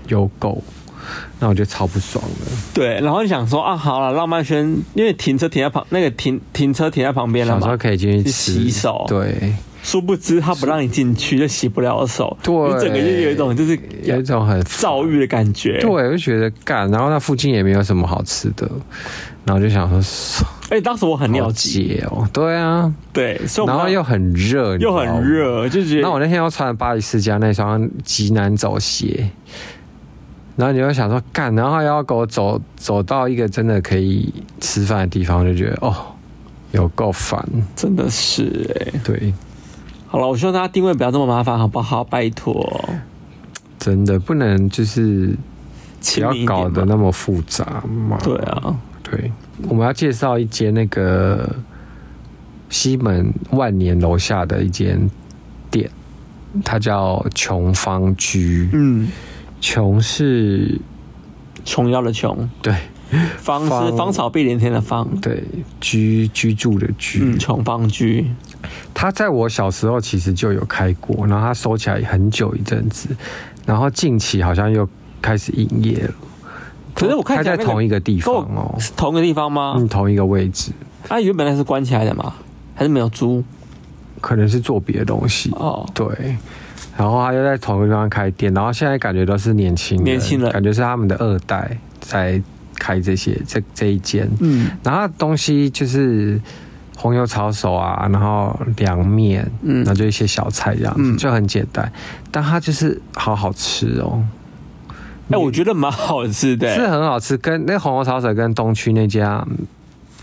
Speaker 3: 油垢，那我就超不爽的。
Speaker 1: 对，然后你想说啊，好了，浪漫轩因为停车停在旁那个停停车停在旁边了
Speaker 3: 想说
Speaker 1: 嘛，
Speaker 3: 可以进去
Speaker 1: 去
Speaker 3: 吃
Speaker 1: 洗手
Speaker 3: 对，
Speaker 1: 殊不知他不让你进去就洗不了手，
Speaker 3: 对
Speaker 1: 你整个就有一种就是
Speaker 3: 有一种很
Speaker 1: 躁郁的感觉，
Speaker 3: 对，我就觉得干，然后那附近也没有什么好吃的，然后就想说爽
Speaker 1: 而哎且当时我很尿
Speaker 3: 好
Speaker 1: 急，
Speaker 3: 解哦，对啊，
Speaker 1: 对，所以我
Speaker 3: 然
Speaker 1: 们
Speaker 3: 后又很热，你
Speaker 1: 又
Speaker 3: 知道吗
Speaker 1: 很。热，就觉得
Speaker 3: 那我那天又穿了巴黎世家那双极难走鞋，然后你就想说干，然后要给我走走到一个真的可以吃饭的地方，就觉得哦，有够烦。
Speaker 1: 真的是哎、
Speaker 3: 对，
Speaker 1: 好了，我希望大家定位不要这么麻烦，好不好？拜托，
Speaker 3: 真的不能就是不
Speaker 1: 请
Speaker 3: 要
Speaker 1: 你一点
Speaker 3: 搞
Speaker 1: 嘛
Speaker 3: 得那么复杂嘛。
Speaker 1: 对啊，
Speaker 3: 对，我们要介绍一间那个西门万年楼下的一间店，它叫琼芳居。
Speaker 1: 嗯，
Speaker 3: 琼是，
Speaker 1: 琼瑶的琼，
Speaker 3: 对
Speaker 1: 芳是
Speaker 3: 芳
Speaker 1: 芳草碧连天的芳，
Speaker 3: 对，居居住的居。
Speaker 1: 嗯，琼芳居，
Speaker 3: 它在我小时候其实就有开过，然后它收起来很久一阵子，然后近期好像又开始营业了。
Speaker 1: 可是我看
Speaker 3: 它
Speaker 1: 起来
Speaker 3: 在
Speaker 1: 那个
Speaker 3: 同一个地方
Speaker 1: 跟
Speaker 3: 哦
Speaker 1: 我，是同个地方吗？
Speaker 3: 嗯，同一个位置，
Speaker 1: 啊，原本那是关起来的嘛，还是没有租？
Speaker 3: 可能是做别的东西
Speaker 1: 哦
Speaker 3: 对，然后他又在同一个地方开店，然后现在感觉都是年轻人，
Speaker 1: 年轻人
Speaker 3: 感觉是他们的二代在开这些这这一间，
Speaker 1: 嗯
Speaker 3: 然后它东西就是红油抄手啊，然后凉面，
Speaker 1: 嗯
Speaker 3: 然后就一些小菜这样子，
Speaker 1: 嗯
Speaker 3: 就很简单，但它就是好好吃哦，
Speaker 1: 哎、我觉得蛮好吃的、
Speaker 3: 是很好吃，跟那红油抄手跟东区那家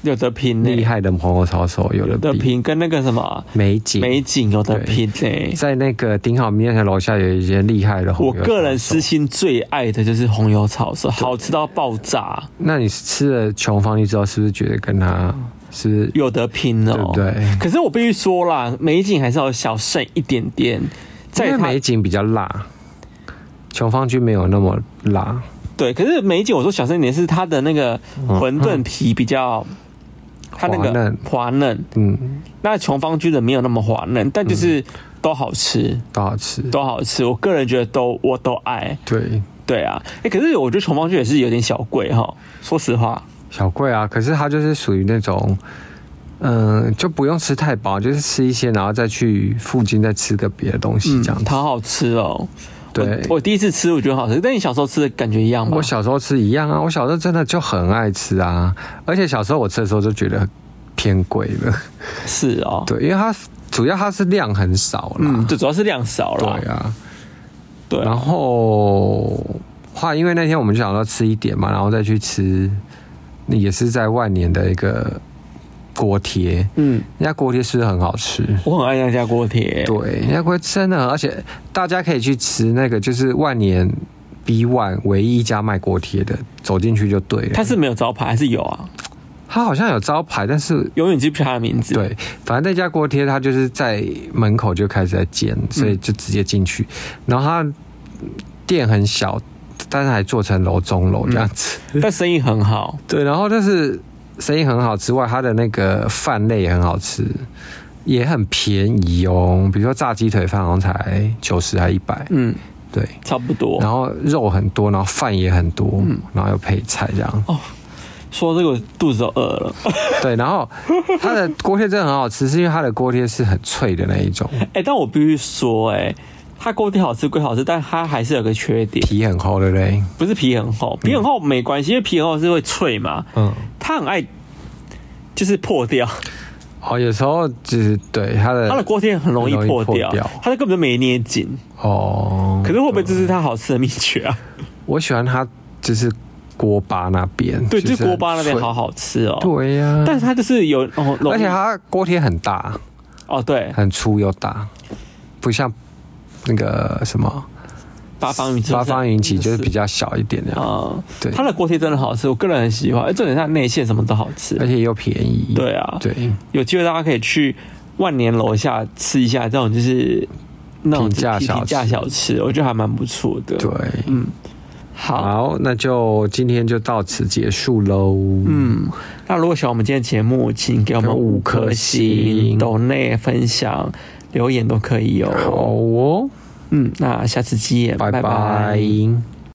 Speaker 1: 有得拼呢、
Speaker 3: 厉害的红油抄手有
Speaker 1: 有
Speaker 3: 的
Speaker 1: 得
Speaker 3: 比，
Speaker 1: 拼，跟那个什么
Speaker 3: 美景
Speaker 1: 美景有得拼呢、
Speaker 3: 在那个顶好面的楼下有一间厉害的红
Speaker 1: 我
Speaker 3: 油抄手。
Speaker 1: 个人私心最爱的就是红油炒色，好吃到爆炸，
Speaker 3: 那你吃了穷方力之后，是不是觉得跟他是不是
Speaker 1: 有得拼哦。
Speaker 3: 对不对
Speaker 1: 可是我必须说啦，美景还是要小剩一点点，
Speaker 3: 因
Speaker 1: 在
Speaker 3: 为
Speaker 1: 它
Speaker 3: 美景比较辣，穷方居没有那么辣，
Speaker 1: 对，可是美景我说小剩一点是它的那个馄饨皮比较。它那
Speaker 3: 嗯滑
Speaker 1: 个
Speaker 3: 嫩
Speaker 1: 滑嫩，
Speaker 3: 嗯，
Speaker 1: 那琼芳居的没有那么滑嫩，但就是都好吃，
Speaker 3: 都好吃。
Speaker 1: 都好吃。我个人觉得都我都爱，
Speaker 3: 对，
Speaker 1: 对啊。哎、可是我觉得琼芳居也是有点小贵哈，说实话，
Speaker 3: 小贵啊，可是它就是属于那种，嗯、就不用吃太饱，就是吃一些，然后再去附近再吃个别的东西这样子。
Speaker 1: 好好吃哦。
Speaker 3: 对
Speaker 1: 我，我第一次吃我觉得好吃，但你小时候吃的感觉一样吗？
Speaker 3: 我小时候吃一样啊，我小时候真的就很爱吃啊，而且小时候我吃的时候就觉得偏贵了。
Speaker 1: 是哦，
Speaker 3: 对，因为它主要它是量很少啦。
Speaker 1: 嗯，就主要是量少了，
Speaker 3: 对啊。
Speaker 1: 对
Speaker 3: 然
Speaker 1: 啊，
Speaker 3: 后话，因为那天我们就想到吃一点嘛，然后再去吃，也是在万年的一个锅贴，
Speaker 1: 嗯，
Speaker 3: 人家锅贴是不是很好吃？
Speaker 1: 我很爱那家锅贴，
Speaker 3: 对，人家锅贴真的很，而且大家可以去吃那个，就是万年 B One 唯一一家卖锅贴的，走进去就对了。
Speaker 1: 它是没有招牌还是有啊？
Speaker 3: 它好像有招牌，但是
Speaker 1: 永远记不起它的名字，，
Speaker 3: 对，反正那家锅贴它就是在门口就开始在煎，所以就直接进去。然后它店很小，但是还做成楼中楼这样子。
Speaker 1: 但生意很好，
Speaker 3: 对，然后但是生意很好之外，它的那个饭类也很好吃，也很便宜哦。比如说炸鸡腿饭好像才九十还一百，
Speaker 1: 嗯，
Speaker 3: 对。
Speaker 1: 差不多。
Speaker 3: 然后肉很多，然后饭也很多，然后又配菜这样。
Speaker 1: 说到这个我肚子都饿了，
Speaker 3: 对，然后它的锅贴真的很好吃，是因为它的锅贴是很脆的那一种，
Speaker 1: 哎、但我必须说、哎，它锅贴好吃归好吃，但它还是有个缺点，
Speaker 3: 皮很厚，对不对？
Speaker 1: 不是皮很厚，皮很厚没关系，因为皮很厚是会脆嘛，
Speaker 3: 嗯，
Speaker 1: 它很爱就是破掉，
Speaker 3: 哦，有时候就是对它的
Speaker 1: 它的锅贴很容易
Speaker 3: 很容
Speaker 1: 破
Speaker 3: 易破
Speaker 1: 掉
Speaker 3: 掉，
Speaker 1: 它的根本就没捏紧。
Speaker 3: 哦，
Speaker 1: 可是会不会这是它好吃的秘诀啊？
Speaker 3: 嗯我喜欢它就是锅巴那边，
Speaker 1: 对，就是是锅巴那边
Speaker 3: 很
Speaker 1: 好好吃哦。
Speaker 3: 脆，对呀、
Speaker 1: 但是它就是有哦，容易
Speaker 3: 而且它锅贴很大，
Speaker 1: 哦对，
Speaker 3: 很粗又大，不像那个什么
Speaker 1: 八方云集
Speaker 3: 八方云集就是比
Speaker 1: 较
Speaker 3: 较小一点这样，
Speaker 1: 啊，
Speaker 3: 对
Speaker 1: 它的锅贴真的好吃，我个人很喜欢，而哎重点是它内馅什么都好吃
Speaker 3: 而。且又便宜，
Speaker 1: 对啊，
Speaker 3: 哎对，
Speaker 1: 有机会大家可以去万年楼下吃一下这种就是那种
Speaker 3: 平价小吃
Speaker 1: 平价小吃，我觉得还蛮不错的。
Speaker 3: 对，
Speaker 1: 嗯，好，
Speaker 3: 好，那就今天就到此结束喽，嗯，
Speaker 1: 嗯，那如果喜欢我们今天的节目，请给我们五颗星，抖内分享、留言都可以
Speaker 3: 好
Speaker 1: 哦。
Speaker 3: 哦，
Speaker 1: 嗯，那下次见，
Speaker 3: 拜
Speaker 1: 拜
Speaker 3: 拜